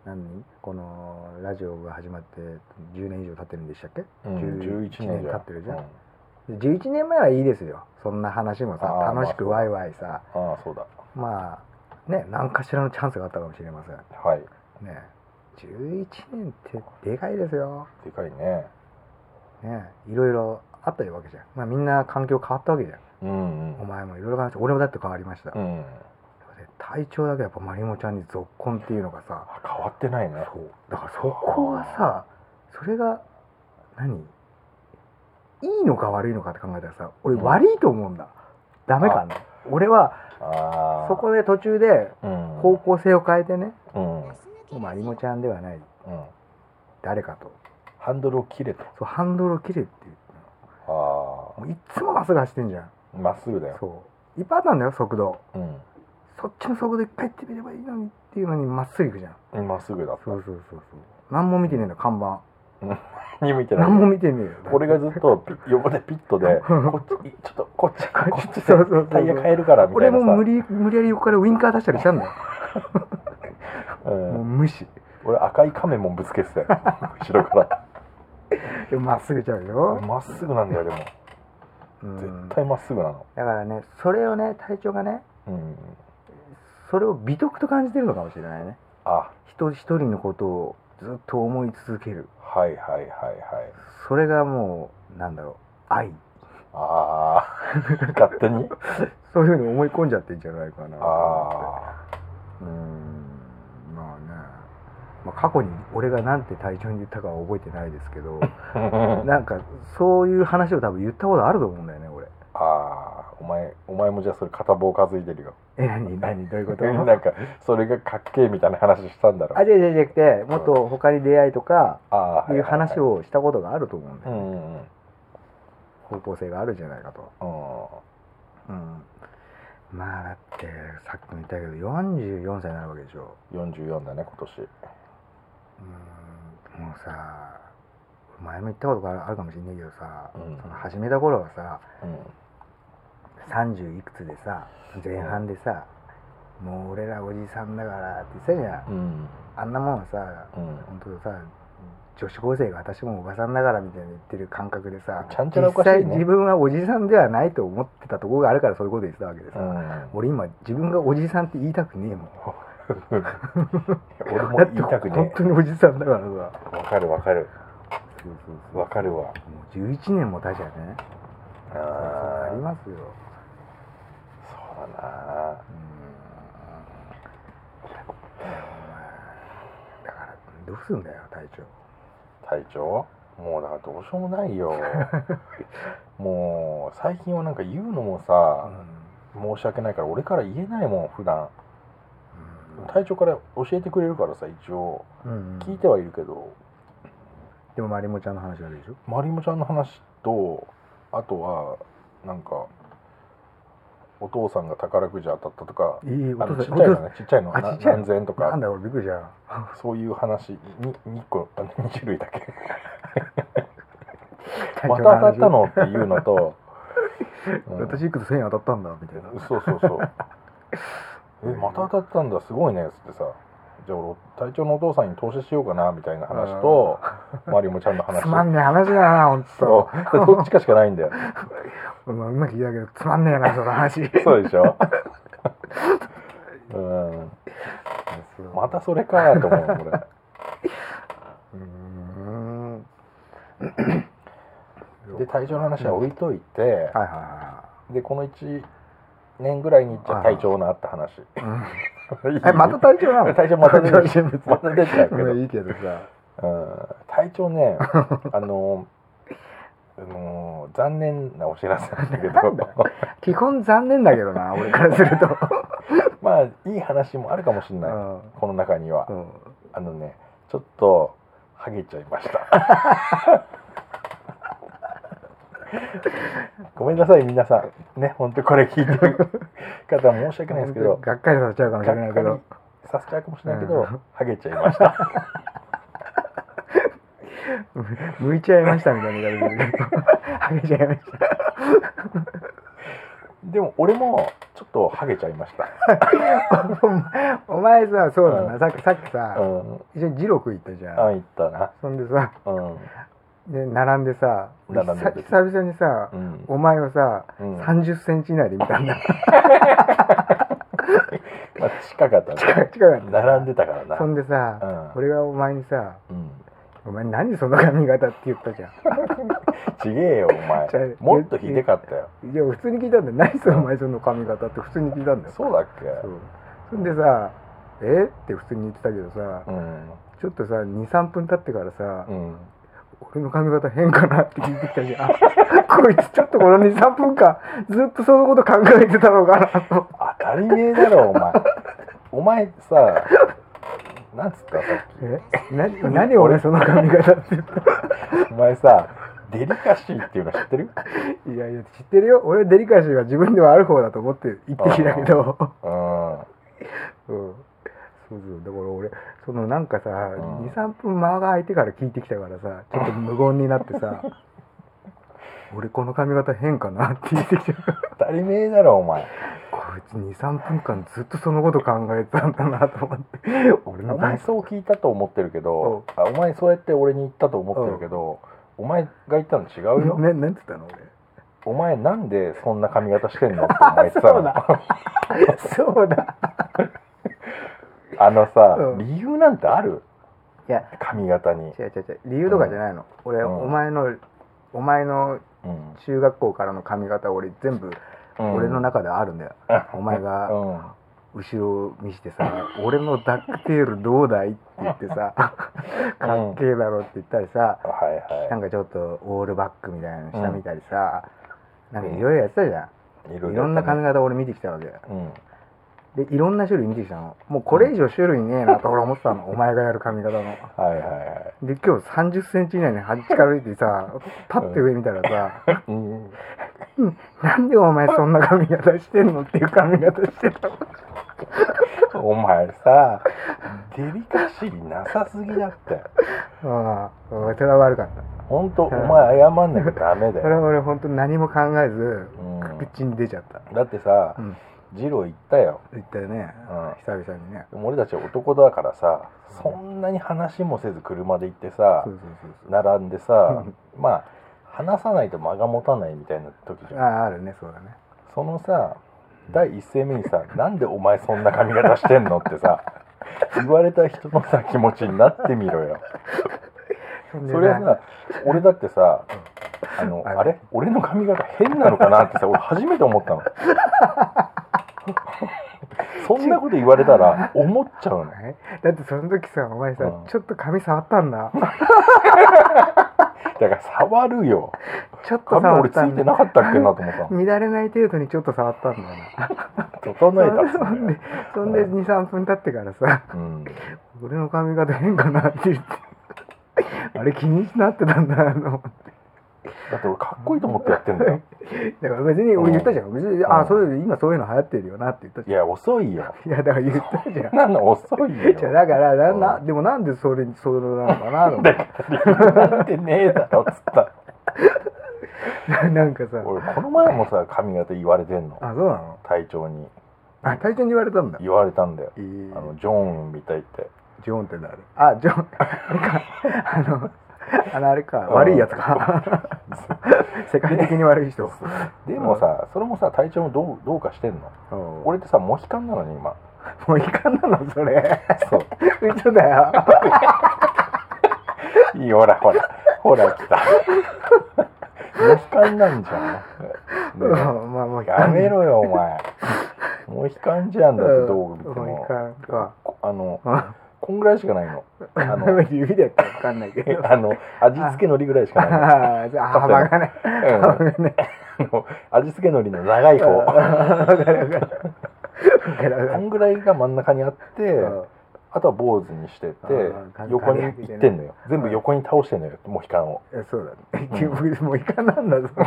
何このラジオが始まって10年以上経ってるんでしたっけ
うん、
11
11年じゃ
経ってるじゃん
うんあ
で11年前はいいですよそんな話もさ
あー
楽しく
まあ
ワイワイさ
あそうだ
まあね何かしらのチャンスがあったかもしれません
はい
ね11年ってでかいですよ
でかいね
ねいろいろあったわけじゃん、まあ、みんな環境変わったわけじゃん
うんう
お
ん
前もいろいろ変わった俺もだって変わりました、
うん
で体調だけやっぱまりもちゃんにぞっこんっていうのがさ
あ変わってないね
そうだからそこがさそれが何いいのか悪いのかって考えたらさ俺悪いと思うんだ、ダメかな俺は
あー
そこで途中で
うん
方向性を変えてね、
うんうん
もうマリモちゃんではない誰かと
ハンドルを切れと
そうハンドルを切れっていう
あ
もういっつもまっすぐ走ってんじゃん
あまっすぐだよ
そういっぱいあったんだよ速度
うん
そっちの速度一回行ってみればいいのにっていうのにまっすぐ行くじゃん
うんまっすぐだっ
そうそうそうそう何も見てねえんだ看板
たに見てない
何も見てねえよ
俺がずっとピ 横でピッ トでこっちちょっとこっちこ っちで
そうそうそう
タイヤ変えるからみた
俺
いな
も
さ
無理無理やり横からウインカー出したりしたんだよ
う、
もうん無視
俺赤い仮面もぶつけてた よ後ろか
でもまっすぐちゃう
ら
よ、
まっすぐなんだよでも
うん、
絶
だ
対まっすぐなの
からねそれをね体調がね
うん
それを美徳と感じてるのかもしれないね
あ
人一人のことをずっと思い続ける
はいはいはいはい
それがもうなんだろう愛
ああ 勝手に
そういうふうに思い込んじゃってんじゃないかな
あ
うーんまあね、まあ、過去に俺がなんて体調に言ったかは覚えてないですけ ど
あ
なんかそういう話を多分言ったことあると思うんだよね俺
あーお前お前もじゃあそれ片棒担いでるよ
え何何どういうこと
なんかそれがかっけえみたいな話したんだろ
あ違う違う違うくてもっと他に出会いとか
ああはいいうはいはい
話をしたことがあると思うんだ
う
よ、
んうんうん
方向性があるんじゃないかと、
うん
うん、まあだってさっきも言ったけど44歳になるわけでしょ
44だね今年
うんもうさ前も言ったことがあるかもしれないけどさ、
うん
その始めた頃はさ
うん
30いくつでさ前半でさ、もう俺らおじさんだからって言ってたじゃん、
うん
あんなもんはさ
うん
本当さ女子高生が私もおばさんだからみたいに言ってる感覚でさ
ちゃんちゃらおかしいね
実際自分はおじさんではないと思ってたところがあるからそういうこと言ってたわけでさ、
うん
俺今自分がおじさんって言いたくねえもん
俺も言いたく
だって
ね
本当におじさんだからさ
えわかるわかる
そうそうそう
わかるわ
もう11年も経ちゃねそうなり
あ
ますよ
あそうだな
うーんだからどうすんだよ隊長
体調もうだからどうしようもな いよもう最近はなんか言うのもさ、申し訳ないから俺から言えないもん普段体調から教えてくれるからさ一応
うん
聞いてはいるけど、
でもまりもちゃんの話あるでしょ
まりもちゃんの話とあとはなんかお父さんが宝くじ当たったとか
いい
あ
お
の
父
ち
さん
っちゃい
お父
の
さん
ねちっちゃいの
あ
な
ちっちゃい
何千円と
なん
か
だろうびっくりじゃん
そういう話に2個あ2種類だけ
隊
ま
長
た
の
当た
話
ったのっていうのと、うん
私いくつ1000円当たったんだみたいな
そうそうそうえまた当たったんだすごいねっつってさじゃあ俺隊長のお父さんに投資しようかなみたいな話とマリモちゃんの話
つまんねえ話だな本
そ
当
うこれどっちかしかないんだよ
俺も今聞いたけどつまんねえなその話
そうでしょうんまたそれかと思うこれ
うーんは
で隊長の話は置いといて、
いはいは
でこの1年ぐらいにじゃあ隊長のあった話
いはい、うん
いい
えまた隊長なの
隊長また出て
隊長人物
また出ちゃうけど
まあいいけどさ
うん体 調ねあのあの残念なお知らせなんだけど
基本残念だけどな俺からすると、
まあいい話もあるかもしれ
う
ない、
ん
この中には、
うん
あのねちょっとハゲちゃいました ごめんなさい皆さんね本当これ聞いてる方は申し訳ないですけど
がっかりさせちゃうかもしれないけ
がっ
ど
かりさせちゃうかもしれないけど、
うん
ハゲちゃいました
向いちゃいましたみたいな感じで ハゲちゃいました
でも俺もちょっとハゲちゃいました、
お前さそうだな、
う
さっきさっき
う
さ、
ん、
一緒に二郎食い行ったじゃん、
あいったな
そんでさ
うん
で並んでさ
並んで
さ
て
久々にさ、
うん
お前をさ、
うん
三十3 0ンチ以内で見たんだ
まあ、近かったね
近い近かった
並んでたからな
そんでさ、
うん
俺がお前にさ
うん、
「お前何その髪型」って言ったじゃん
ちげえよお前
じゃあ
もっとひでかったよ
いや普通に聞いたんだよ何そのお前その髪型って普通に聞いたんだよ
そうだっ
そ
け
うそんでさ「えっ?」て普通に言ってたけどさ、
うん
ちょっとさ23分経ってからさ、
うん
俺の髪型変かなって聞いてきたじゃん こいつちょっとこの23分間ずっとそのこと考えてたのかなと
当たり前だろお前 お前さなんつったさ
えな何俺その髪型って言った
っきお前さデリカシーっていうの知ってる
いやいや知ってるよ俺デリカシーは自分ではある方だと思って生きてきたけど
うん
うんそうそうだから俺そのなんかさ
ん
23分間が空いてから聞いてきたからさちょっと無言になって さ俺この髪型変かなって言ってきたから
当たり前だろお前
こいつ23分間ずっとそのこと考えてたんだなと思って俺の
お前
髪
そう聞いたと思ってるけどあお前そうやって俺に言ったと思ってるけどお前が言ったの違うよ
ねなんつったの俺
お前なんでそんな髪型してんのってお前言ってた
そう
の
だそうだ
あのさ
うん
理由なんてある
いや
髪型に
違う違う違う理由とかじゃないの、俺、
うん
お前のお前の
うん
中学校からの髪型俺全部
うん
俺の中であるんだよ、お前が
うん
後ろ見してさ「俺のダックテールどうだい?」って言って さ「かっけえだろ」って言ったりさ
はい
な
は
んかちょっとオールバックみたいなの下見たりさ、なんかいろいろやってたじゃ
いい
ん、いろんな髪型俺見てきたわけ
うん
でいろんな種類見てきたのもうこれ以上種類ねえなと俺思ってたのお前がやる髪型の
はいはいは
で今日3 0ンチ以内には近づいてさパッて上見たらさ、
い、うん、
なんでお前そんな髪型してんのっていう髪型してたの
お前さデリカシーなさすぎだって
ああそれは悪かった
本当お前謝んなきゃダメだ
それ
よ、
は俺本当何も考えず
う
口に出ちゃった
ん、だってさ
うん
二郎言ったよ
言ったよね、
う
久々にね
でも俺たち男だからさそんなに話もせず車で行ってさ
そうそうそうそう
並んでさ
うん
まあ話さないと間が持たないみたいな時じゃん
あああるねそうだね
そのさ第一声目にさ「なんでお前そんな髪型してんの?」っ てさ言われた人のさ気持ちになってみろよ
そ
それはさ俺だってさあの
はい
あれ俺の髪型変なのかなってさ俺初めて 思ったのそんなこと言われたら思っちゃう
だ
の
ってその時さお前さ、
うん
ちょっと髪触ったん だ
だから触るよ
ちょっと
髪
触
俺
っ
つ
た
い
ん
て
だ
なかったっけなと思ったの
乱れない程度にちょっと触ったんだよな
整えたっつ
そ
うんんだ
で
よ
そんで23分経ってからさ
うん
俺の髪型変かな って言ってあれ気にしなってたんだなと思って
だって俺かっこいいと思ってやってんだよ
だから別に俺言ったじゃん別に「
う
あ
ん
そういう今そういうの流行ってるよな」って言った
い
じ
や遅いよ
ゃんいやだから言ったじゃん
なんの遅 いよ
じゃあだからなな
う
でもなんでそれそれなのかなと思っ
だからなんてねえだろっつった
て なんかさ
俺この前もさ髪型言われてんの
あそうなの
隊長に
あ体調に言われたんだ
言われたんだよ
えー
あのジョンみたいって
ジョンって誰あジョン あれかあのあのあれか悪いやつ か世界的に悪い人
でもさそれもさ体調もどうどうかしてん
う
の
ん
俺ってさモヒカンなのに今
もういかんなのそれ
そ
嘘だよ
ういいよほらほらほら来 たモヒカンなんじゃん、
うん
ね
まあもうい
やめろよお前モヒカンじゃんだってど う見て
うんもうい
も
かんか
こあの
あ
こんぐらいしかないのあ の
指でやったら分かんないけど
あの味付けのりぐらいし
あ
かないの
ーじゃ あ幅がね
うん
幅がね
あの味付けのりの長い
分か
方
る分かる分かる分
こ
かる
んぐらいが真ん中にあって
うん
あとは坊主にしてて
うんうん
横に行ってんのよ全部横に倒してんのよモヒカンを
えそうだね、もういかなんだぞそ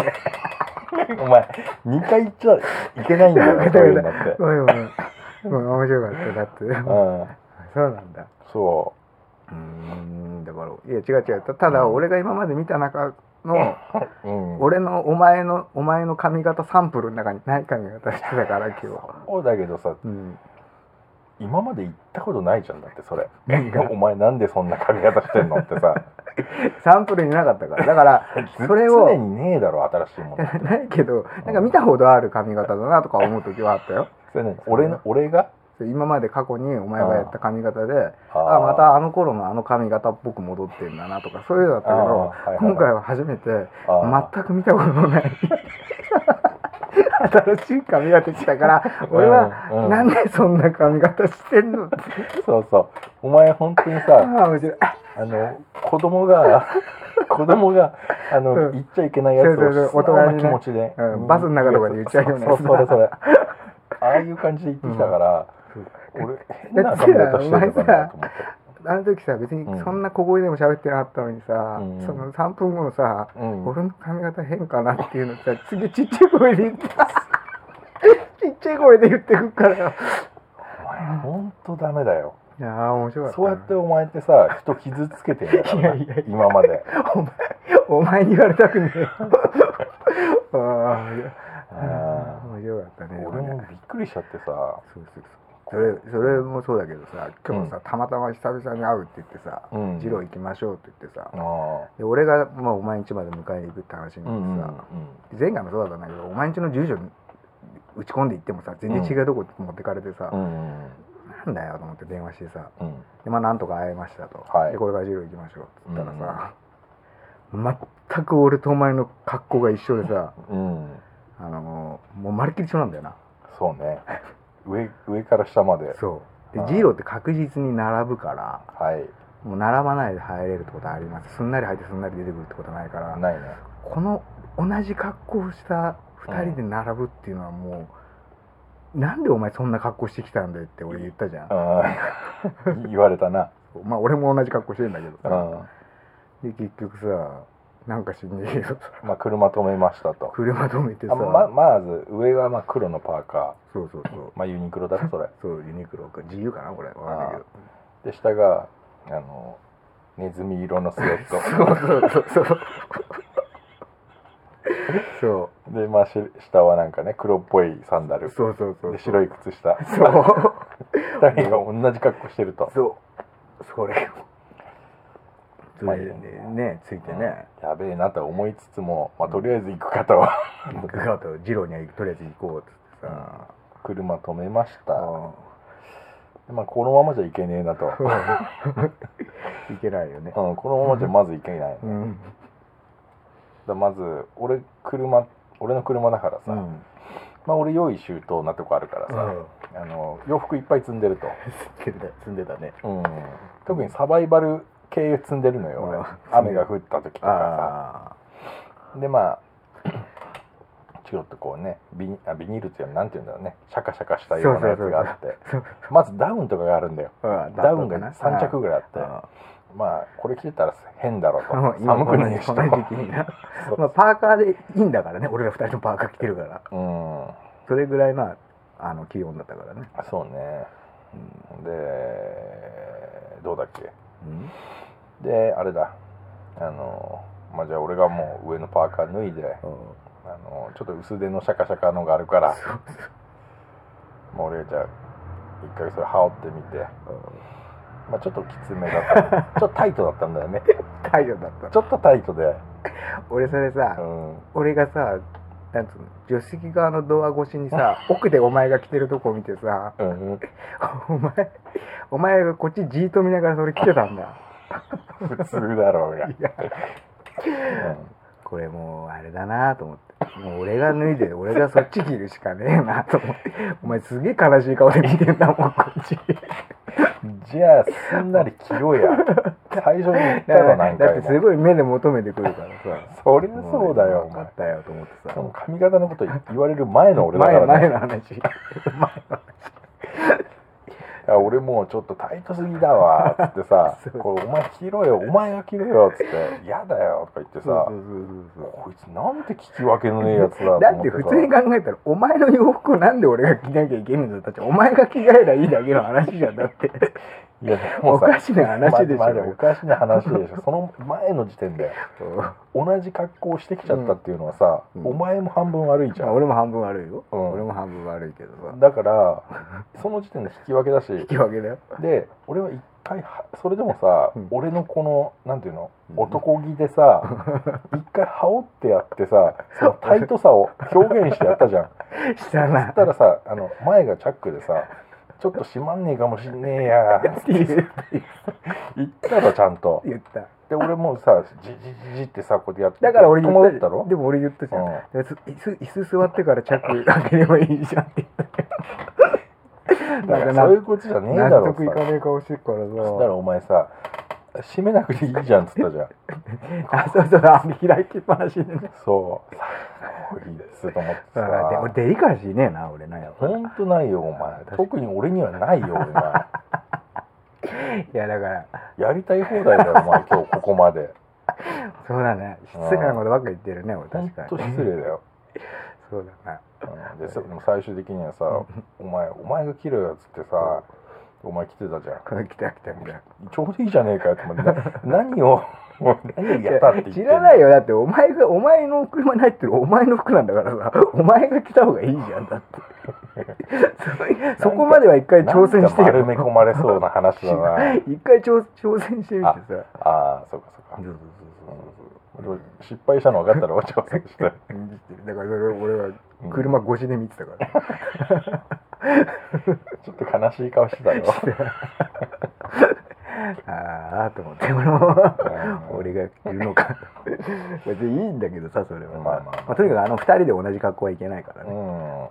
れ
お前2回行っちゃいけないんだよ そういうのって
ごめんごめんごめん面白かった だって
うん
そうなんだ
そう
ーんだからいや違う違うたただ
うん
俺が今まで見た中の
う、うん、
俺のお前のお前の髪型サンプルの中にない髪型してたから今日
そうだけどさ
うん
今まで行ったことないじゃんだってそれ
何が
お前なんでそんな髪型してんのってさ
サンプルになかったからだから
ず
それを
常にねえだろ新しい もの
ないけどなんか見たほどある髪型だなとか思う時はあったよ
それ、ね、俺の俺が
今まで過去にお前がやった髪型で
あ
あまたあの頃のあの髪型っぽく戻ってんだなとかそういうのだったけ
あー
ど
はいはいはい
今回は初めて
あー
全く見たことのない新しい髪型したから俺
うん
は
うん
なんでそんな髪型してんのって
そうそうお前本当に
あ
さ
あ面白い
あの子供が 子供があの、
うん
言っちゃいけないやつを
そうそうそう
素直な
大人
気
にね
持ちで、
うんバスの中とかで言っちゃうようなや
そ
つ
うそれそれああいう感じで言ってきたから、俺変な考え方してるのかなと思って
あの時さ別にそんな小声でも喋ってなかったのにさ、
うん
その3分後のさ、
うん
俺の髪型変かなっていうのさ次ちっちゃい声で言ってちっ ちゃい声で言ってくっから
お前本当ダメだよ
いやー面白かった
そうやってお前ってさ人傷つけてんだからない
やいやいや
今まで
お前お前に言われたくねえ ああ
う
面白かったね
ん俺もびっくりしちゃってさ
そうそうそうそれそれもそうだけどさ今日さ、たまたま久々に会うって言ってさ「
うん
二郎行きましょう」って言ってさ、
ああ
で俺が、まあ、お前ん家まで迎えに行くって話に
うんうんうん
なってさ、前回もそうだったんだけどお前ん家の住所に打ち込んで行ってもさ全然違うとこ持ってかれてさ、
うん
なんだよと思って電話してさ
うん
でまあなんとか会えましたと、
はい
でこれから二郎行きましょうって言ったらさ、全く俺とお前の格好が一緒でさ
うんうん
あのもうまるっきり一緒なんだよな
そうね上上から下まで
そうで
はい
二郎って確実に並ぶから
はい
もう並ばないで入れるってことはありますすんなり入ってすんなり出てくるってことはないから
ないね
この同じ格好をした2人で並ぶっていうのはもう、なんでお前そんな格好してきたんだよって俺言ったじゃん、
うん 言われたな
まあ俺も同じ格好してるんだけど
うん
さ、で結局さなんか知んねえけどさ
まあ車止めましたと
車止めてさ、
あままず上がまあ黒のパーカ
そうそうそう
ーまあユニクロだ なそれ
そうユニクロか自由かなこれわかんないけど
で下があのネズミ色のスウェット
そうそうそうそうそう
で、まあ、し下はなんかね黒っぽいサンダル
そうそうそう
で白
い
い靴下
そう
2人が同じ格好してると、
そうそれそ
まあ
れでねついてね、
やべえなとは思いつつも、まあ、とりあえず行く方は
行くかと二郎にはとりあえず行こうっつってさ、
車止めました、
あ
でまあ、このままじゃいけねえなと、う
ーいけないよね、
ん、このままじゃまずいけない、
う
だか
ん
らまず俺車俺の車だから
う
さ、
ん
まあ、俺用意周到なとこあるから
う
さ、
ん
あの洋服いっぱい積んでる
住んでた住んでたね
と、うん、特にサバイバル系積んでるのよ、
うん
俺雨が降った時とかさ
あ
でまあチロッとこうねビニあビニールっていうのはなんていうんだろうねシャカシャカしたようなやつがあって
そう
まずダウンとかがあるんだよ
あ
ダウンが3着ぐらいあって
あ
まあこれ着てたら変だろう と
あ
寒くないし
ことの時 期にな、まあ、パーカーでいいんだからね俺ら二人ともパーカー着てるから
うん
それぐらいなあの気温だったからね、
そうねでどうだっけ
うん、
であれだあのまあじゃあ俺がもう上のパーカー脱いで
あ
あのちょっと薄手のシャカシャカのがあるからもう俺じゃあ一回それ羽織ってみてまあ、ちょっときつめだった ちょっとタイトだったんだよね
あ太陽だった
ちょっとタイトで、
俺それさ、
うん、
俺がさなんつうの助手席側のドア越しにさ奥でお前が着てるとこを見てさ
うんうん、
お前お前がこっちじーっと見ながらそれ着てたんだ
普通だろうが、
いやこれもうあれだなと思ってもう俺が脱いで俺がそっち着るしかねえなと思ってお前すげえ悲しい顔で見てんだもんこっち
うんじゃあすんなり着ようや最初に言った
だ
ろ何
だっ
回
てす
も
ごい目で求めてくるからさ
そりゃそうだ
分
よお
か
前
ったよと思って
し
さ
かも髪型のこと言われる前の俺だか
前
ら
前
ね
の話
あ俺もうちょっとタイトすぎだわっつってさ
そ
「
う
これお前着ろよお前が着ろよ」っつって「嫌だよ」とか言って
そう
さ
そうそうそう
こいつなんて聞き分けのねえやつだと思って
だ
さ
って普通に考えたらお前の洋服をなんで俺が着なきゃいけないんだったってお前が着替えりゃいいだけの話じゃんだって
いやで
お
もさ
かしな話でしょ、
まあまあおかしな話でしょその前の時点で同じ格好をしてきちゃったっていうのはさ、
うん
お前も半分悪いじゃ
まあ
ん、
俺も半分悪いよ、
うん
俺も半分悪いけどさ
だからその時点で引き分けだし
引き分けだよ
で俺は一回はそれでもさ、
うん
俺のこのなんていうの
うん
男気 でさ、一回羽織ってやってさそのタイトさを表現してやっ たじゃん
した
そ
な
したらさあの前がチャックでさちょっと閉まんねえかもしんねえや言ったろちゃんと
言った
で俺もさじじじってさこうやって
だから俺言
戸惑
っ
ったたろ
でも俺言ったじゃん、
うん
で椅子椅子座ってからチャック開ければいいじゃんって
だからそういうことじゃねえだ
納
ろ
得いか
さ
ねえ顔してるから
そした
さ
らお前さ閉めなくていいじゃんっつったじゃん
あそうそうあれ開きっぱなしでね
そうさいいですと思って
だからで
さ
俺デリカシーねえな俺なんやっぱ
ほんとないよお前特に俺にはないよお前
いやだから
やりたい放題だよお前今日ここまで
そうだね失礼なことばっか言ってるね俺
ほん
確か
と
に
失礼だよ、
そうだな
うん、でさでも最終的にはさ「お前お前が切るよ」っつってさお前来てたじゃん
これ来た来た来た
ちょうどいいじゃねえかよって思っ てな何を何をやったって言って
知
んの
らないよだってお前がお前の車に入ってるお前の服なんだからさお前が着た方がいいじゃんだってそそこまでは一回挑戦して
なんか丸め
よ
込まれそうな 話だな
一回挑挑戦してみてさ
ああそうかそうか俺失敗したの分かっ たら落ち込んでした
だからそれ俺は車越しで見てたから、
ちょっと悲しい顔してたよ
ああと思って俺も
うん
俺がいるのか別にいいんだけどさそれは、
ま
ま
あ
あ
まあまあ
とにかくあの二人で同じ格好はいけないから
う
ね、
ん
うん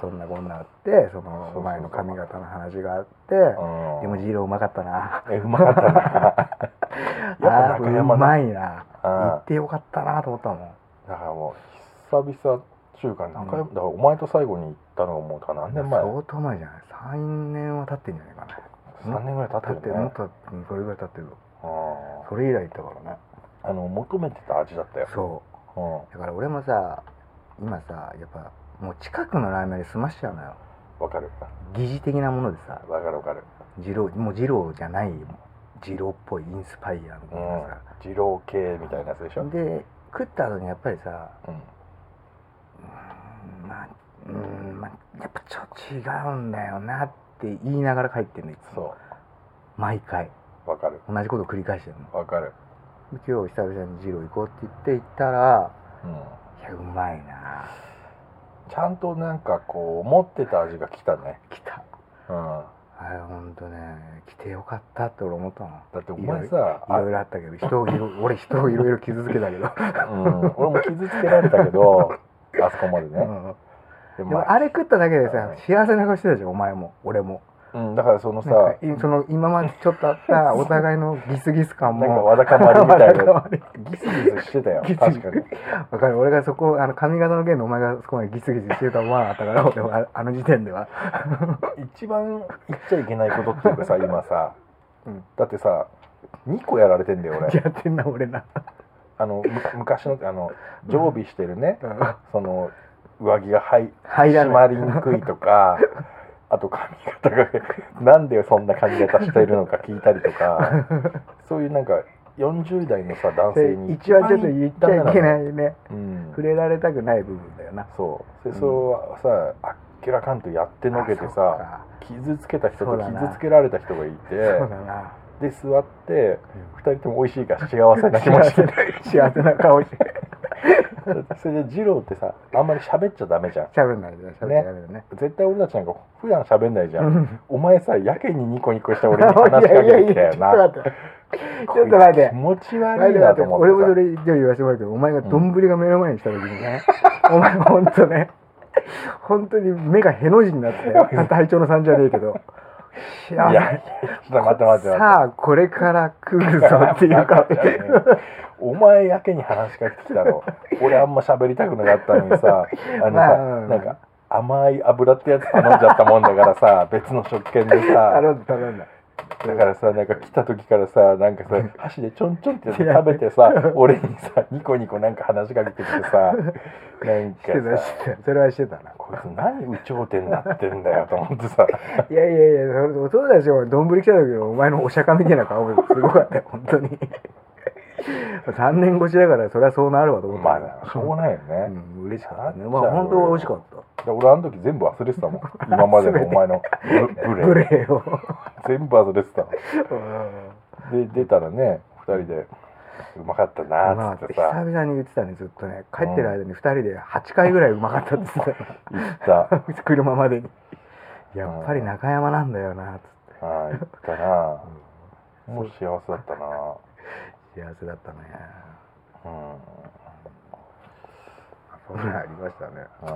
そんなこんなあってそ
そうそう
の
そう
お前の髪型の話があって、
うん
でも ジーロうまかったな。
えうまか ったなや
あ
っぱ
あ
中
ー、
山
う
だ
まいな。行
あ
ってよかったなと思ったもん。
だからもう久々中華中山だからお前と最後に行ったのがもうだから何年前
相当前じゃない。三年は経ってんじゃないかな。
3年ぐらい経
経っ
って
て
る
る、
よ
も
ね
っとうんそれぐらい経ってるよ。
うん
それ以来行ったからね。
あの求めてた味だったよ
そ
うん
う。だから俺もさ、今さ、やっぱもう近くのラーメン屋で済ましちゃうのよ。
わかる
疑似的なものでさ、
わかるわかる
二郎もう二郎じゃない二郎っぽいインスパイアみた
う
い
ん
なさ。
二郎系みたいなやつでしょ
で食った後にやっぱりさ、
うん
うんまあ、うんまあ、やっぱちょっと違うんだよなって言いながら帰ってんのいつも
そ
毎回
うわかる
同じことを繰り返してるの
わかる
今日久々にジロー行こうって言って行ったら
うん
いやうまいな
ちゃんとなんかこう思ってた味が来たね
来た
うん
あれほんとね来てよかったって俺思ったの
だってお前さ
いろいろあったけど 人をいろ俺人をいろいろ傷つけた けど、
あうん、俺も傷つけられたけ どあそこまで
う
ね、
ん、
で
で
も
もあれ食っただけで
うん
さ幸せな顔してたじゃんお前も俺も
うん、だからその
な
さ
んかいその今までちょっとあったお互いのギスギス感
なんか
も
わだかまりみたい
わだ
な
かまり
ギスギスしてたよ
ギス
確かに
わかる俺がそこあの髪型の件でお前がそこまでギスギスしてるとは思わなかった から俺はあの時点では
一番言っちゃいけないことってい うかさ今さ、
うん
だってさ2個やられてんだよ俺
やってんな俺な
あのむ昔のあの常備してるね、
うん
その上着が入
入ら
締ま
ない
りにくいとかあと髪型がなんでそんな髪型しているのか聞いたり とかそういうなんか40代のさ男性に
一番ちょっと言っちゃいけ
い、
ないね
うん
触、れられたくない部分だよな
そう
う
で
ん
それはさ、あっけらかんとやってのけてさ
あ
傷つけた人
そ
と
うだな
傷つけられた人がいて
そうかそうだな
で座って2人とも美味しいから幸せな気持
幸
ち
せ
に
な幸せな顔して
それで二郎ってさあんまり喋っちゃダメじゃん
喋んないで喋っちゃダメだね
絶対俺たちなんか普段喋んないじゃ
うんん
お前さやけにニコニコして俺に話しかけてきたよ
いやいやいや
な
ちょっと待ってちょっと待って
気持ち悪
待っ
い
て
な
待っ
と
て
思って
俺もそ
さ
れ以上言わせてもらうけどお前が丼が目の前に来た時に ね、お前ほんとね本当に目がへの字にな って体調の差じゃねえけど幸せ
いやちょっと待って待って待
さあこれから来るぞ
っ
っ
て
ていうか
お前やけに話しかけてきたの俺あんま喋りたくなかったのにさあのさ、
まあまあまあ
なんか甘い油ってやつ頼んじゃったもんだからさ別の食券でさ
頼んだ頼んだ
だからさなんか来た時からさなんかさ箸でちょんちょんってやって食べてさ俺にさニコニコなんか話しかけてきてさなん
してた
かさ
してたそれはしてたな
こいつ何有頂天になってんだよと思ってさ
いやいやいやそれそうだし俺丼来た時のお前のお釈迦みたいな顔すごかったよ本当 に3年越しだからそれはそうなるわと思った
ま
けど
あしょうがないよ
う
ね、
ん、嬉しかったね。
なっちゃう
まあ、本当は美味しかった。
で俺あの時全部忘れてたもん今までのお前のブブレ
ブレーを。
全部忘れてたの
うん
で出たらね2人で「うまかった
ま
な」
あ
っつって
久
さ
々に言ってたね、ずっとね。帰ってる間に2人で8回ぐらいうまかったって言って
行ったあ
た。 車までに。やっぱり中山なんだよな、つっ
あ行ったなもう幸せだったな
て。幸せだったね。
うん
そんなありましたね。
うん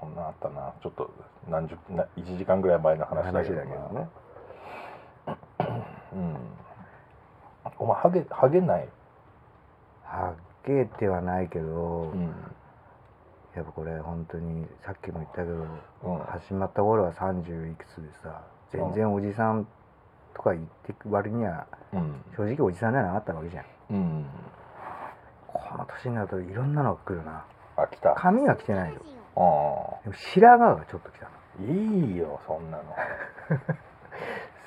こんなんあったなちょっと何十な1時間ぐらい前の話
話
だ
だ
け
け
ど
ど
な
ね。
うんお前ハゲハゲない、
はっげーってはないけど、
うん
やっぱこれ本当にさっきも言ったけど
うん、
始まった頃は30いくつでさ全然おじさんとか言ってく割には
うん
正直おじさんじゃなかったわけじゃん
うん、
この年になるといろんなのが来るな
あ来たあ
髪は来てないよ
あ
でも白髪がちょっと来たの
いいよそんなの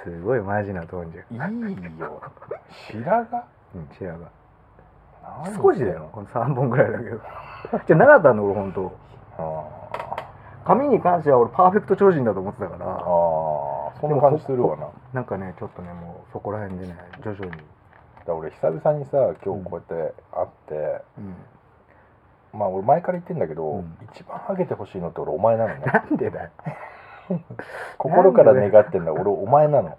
すごいマジなトーンじゃん、
いいよ白髪
うん、白髪
何
少しだよこの3本ぐらいだけど じゃあなかったんだ俺本当
あー
髪に関しては俺パーフェクト超人だと思ってたから
あーそんな感じするわなだか
なんかねちょっとねもうそこら辺でね徐々に、
ら俺久々にさ今日こうやって会って、
うん、
まあ俺前から言ってんだけど、
うん
一番ハゲてほしいのって俺お前 なのね
なんでだよ
心から願ってんだ俺お前なの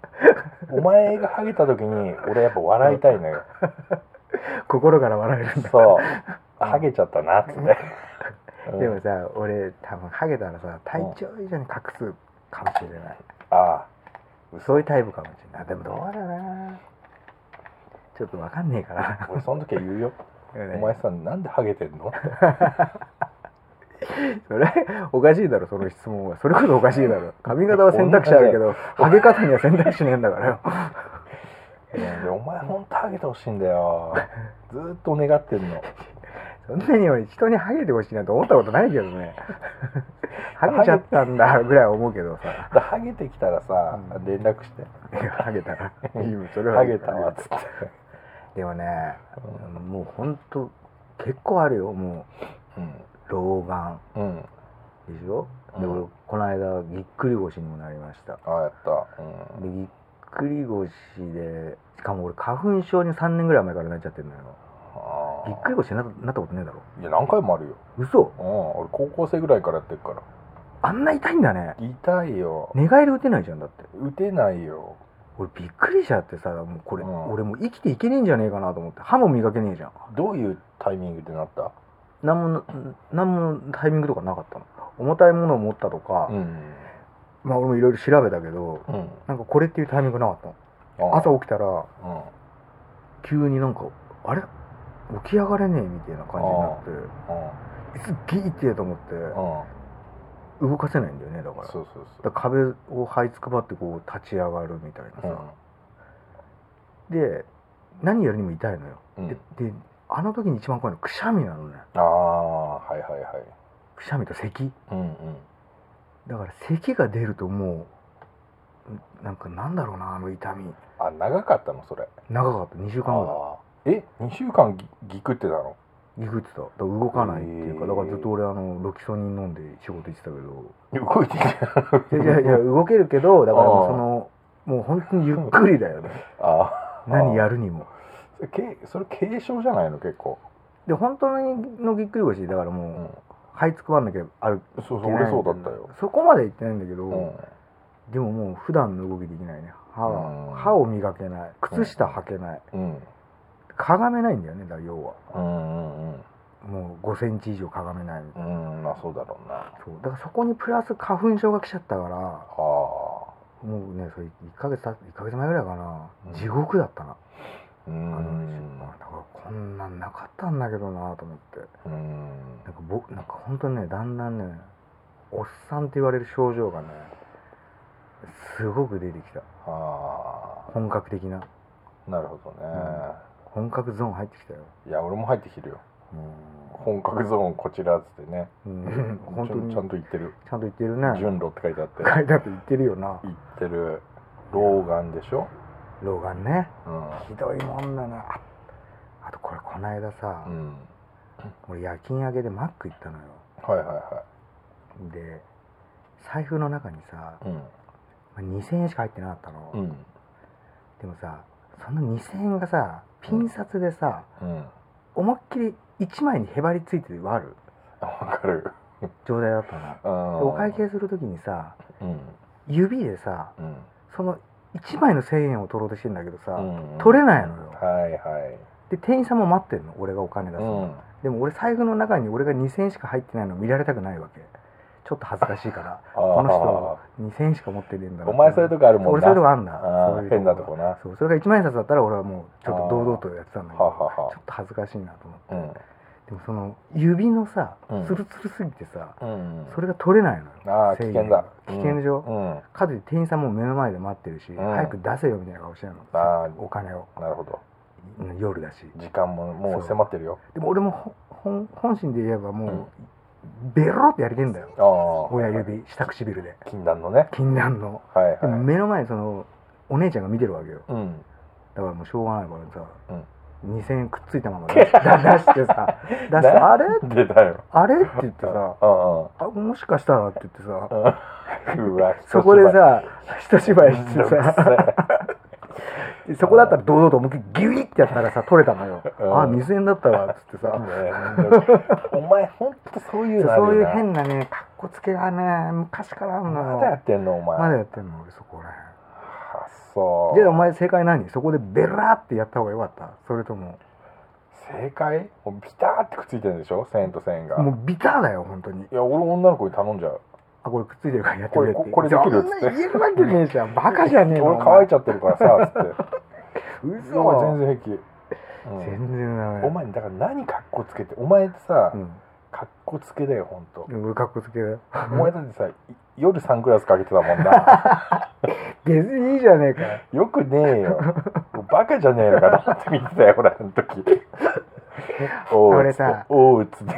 お前がハゲた時に俺やっぱ笑いたいの よ
心から笑えるんだ
そうハゲちゃったなっつって、うん
でもさ俺多分ハゲたらさ体調以上に隠すかもしれない
あ
そういうタイプかもしれないでもどうだなちょっとわかんねえかな
あ俺その時は言 うよお前さなんでハゲてんのって
それおかしいだろその質問はそれこそおかしいだ ろ髪型は選択肢あるけどハゲ方には選択肢ねえんだからよ
いやでお前ほんとハゲてほしいんだよずーっと願ってんの
そんなに俺人にハゲてほしいなんて思ったことないけど ねハゲちゃったんだぐらいは思うけどさ
だハゲてきたらさ、
うん
連絡して
いやハゲた らいいよそれは
ハゲたわっつって
でもねもうほんと結構あるよも
う
う老眼
ん、うん、
でしょ、で
うん
俺この間ぎっくり腰にもなりました
ああやったうん
でぎっくり腰でしかも俺花粉症に3年ぐらい前からなっちゃってるのよ
あ
ぎっくり腰になったなったことねえだろ
ーいや何回もあるよ、
嘘
うん、俺高校生ぐらいからやってるから
あんな痛いんだね
痛いよ
寝返り打てないじゃんだって
打てないよ
俺びっくりしちゃってさもうこれ、
うん
俺もう生きていけねえんじゃねえかなと思って歯も磨けねえじゃん
どういうタイミングでなった
何も何もタイミングとかなかったの重たいものを持ったとか、
ん、
まあ俺もいろいろ調べたけど
うん、
なんかこれっていうタイミングなかったの朝起きたら
うんうん
急になんかあれ起き上がれねえみたいな感じになってすっげえ痛えと思って
うん
動かせないんだよねだから
そうそうそ
だ
う
から壁を這いつくばってこう立ち上がるみたいなさ、で何よりも痛いのよ、
うんうん
でであの時に一番怖いのはくしゃみなのね
ああはいはいはい
くしゃみと咳
うんうん
だから咳が出るともうんなんかなんだろうなあの痛み
あ長かったのそれ
長かった2週間ぐら
あーえ二週間ぎぎくってたの
いぎくってただから動かないっていうか
へー
だからずっと俺あのロキソニン飲んで仕事行ってたけど
動いて
い
る
やいやいや動けるけどだから
あ
も
あ
うそのもう本当にゆっくりだよね
あー
何やるにも
それけそれ軽症じゃないの結構
で本当のぎっくり腰だから
う
も
ん
う這いつくばんなきゃある
そうそう俺そうだったよ
そこまでいってないんだけ
うん
ど、でももう普段の動きできないね歯
うん
は歯を磨けない靴下履けない
うん
かがめないんだよねだから要は
うんうん
もう5センチ以上かがめないみたい
うんうんまあそうだろうな
なそうだからそこにプラス花粉症が来ちゃったから
ああ
もうねそれ1ヶ月た1ヶ月前ぐらいかな、
うん
地獄だったな
う
あの
ん
一週間だからこんなんなかったんだけどなと思って
うん
なんか僕なんか本当にねだんだんねおっさんって言われる症状がねすごく出てきた
あ
本格的な
あなるほどね、
本格ゾーン入ってきたよ
いや俺も入ってきてるよ
う
本格ゾーンこちらっつってね
ん、うん、本当に
ち
ちゃ
ゃ
ん
ん
と
と言ってる
言ってる
「
ね
順路」って書いて あって
書いてあって言ってるよな
言ってる老眼でしょ
老眼ね
うん
ひどいもんだなああとこれこの間さ、
うん
俺夜勤明けでマック行ったのよ
はいはいは
で財布の中にさ
いうん
まあ2000円しか入ってなかったの、
うん
でもさその2000円がさピン札でさ、
うん
思いっきり1枚にへばりついてるある
あわかる
状態だったの
うん
でお会計する時にさ
うん
指でさ
うん
その1枚の1,000円を取ろうとしてんだけどさ、
うん
取れないのよ
はいはい
で店員さんも待ってんの俺がお金出す
う
の、
ん
でも俺財布の中に俺が2,000円しか入ってないの見られたくないわけちょっと恥ずかしいから
あー
この2000円しか持ってねえんだな
お前そういうとこあるもんな
俺そういうとこあんだ
あー
そういう
変なとこな
そうそれが1万円札だったら俺はもうちょっと堂々とやってたんだけど
あーははは
ちょっと恥ずかしいなと思って、
うん
でもその指のさ
うん
ツルツルすぎてさ、
うん
それが取れないのよ
ああ危
繊維
険だ
危険でしょ、
うんうん
かといって店員さんも目の前で待ってるし、
ん
早く出せよみたいな顔してるの
あ
お金を
あなるほど
うん夜だし
時間もも
そうう
迫ってるよ
でも俺もほ本本心で言えばもう、ベロってやれてんだよ
ああ
親指下唇で
禁断のね
禁断の
はい
でも
は
目の前にそのお姉ちゃんが見てるわけよ
いうん
だからもうしょうがないからさ、2000円くっついたまま出し出して さ出して
な
あれ
出たよ
あれって言って さ
うんうん
あもしかしたらって言ってさ
うんうわ
そこで
人
さ一芝居して
芝居
さそこだったら堂々と思いっきりギュイってやったらさ取れたのよ、
うん
あ水煙だったわっつってさ
お前本当そういうのある
そうい
よ
う
な
変なねかっこつけがね昔からあるのよ
まだやってんのお前
まだやってんの俺そこら
あそ
へん
う
でお前正解何そこでベラーってやった方がよかったそれとも
正解もうビターってくっついてるんでしょ1000円と1000円が
もうビターだよ本当に
いや俺女の子に頼んじゃう
あこれくっついてるからやってくれって
これここれできるっつって
そんな言えるわけねえ じゃんバカじゃねえの
俺乾い
ち
ちゃってるからさつって
嘘
お前全然平気、うん
全然ダメ
お前だから何かっこつけてお前ってさ、
うん
かっこつけだよほんと
でも俺かっこつけだよ
お前だってさい夜サングラスかけてたもんな
別にいいじゃねえかよ
よくねえよもうバカじゃねえのかなって見てたよほらあの時お う
俺
っつって
さ
おうっつって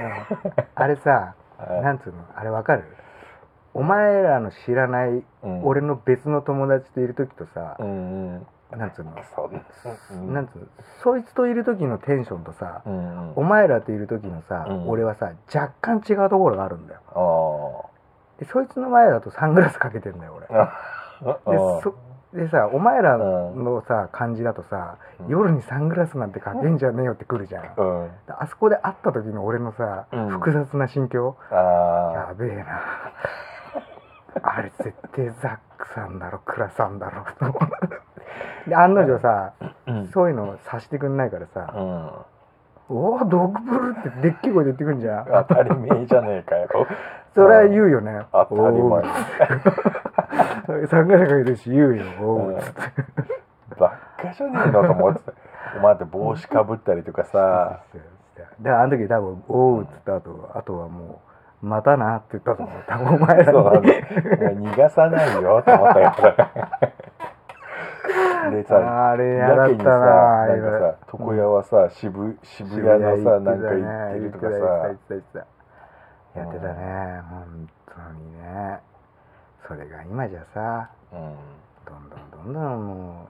あれさ
はい
なんつうのあれわかるお前らの知らない
うん
俺の別の友達といる時とさ
う、んうん
なんつうの、
そんうん
なんつうのそいつといる時のテンションとさ、
うんうん
お前らといる時のさ、
うん
俺はさ若干違うところがあるんだよ
あ
でそいつの前だとサングラスかけてんだよ俺で
ー
そでさお前ら
うん
のさ感じだとさ、
うん
夜にサングラスなんてかけんじゃねえよってくるじゃん、
うんあ
あそこで会った時の俺のさ、
うん
複雑な心境
あ
やべえなあれ絶対ザックさんだろクラさんだろと思うで案の定さ、
うん
そういうのをさしてくんないからさ
うん
「おおドッグブル」ってでっけい声で言ってくんじゃん
当たり前じゃねえかよ
それは言うよね
当たり
おーサングラスかけてるし言うよお
う
ー
ん
つって
ばっかじゃねえのと思ってたお前って帽子かぶったりとかさ
だからあの時多分「おう」っつった後あとはもう「またな」って言ったと思う多分お前ら
そうだ
に
ねお前逃がさないよと思ったよ 俺でさ
あれ
や
やだっ
け
た
にさ
な
なんかさ床屋はさ渋渋谷のさなんか行ってるとか
やっ
さ
てたねやってたね本当にねそれが今じゃさ
うん
どんどんどんどんも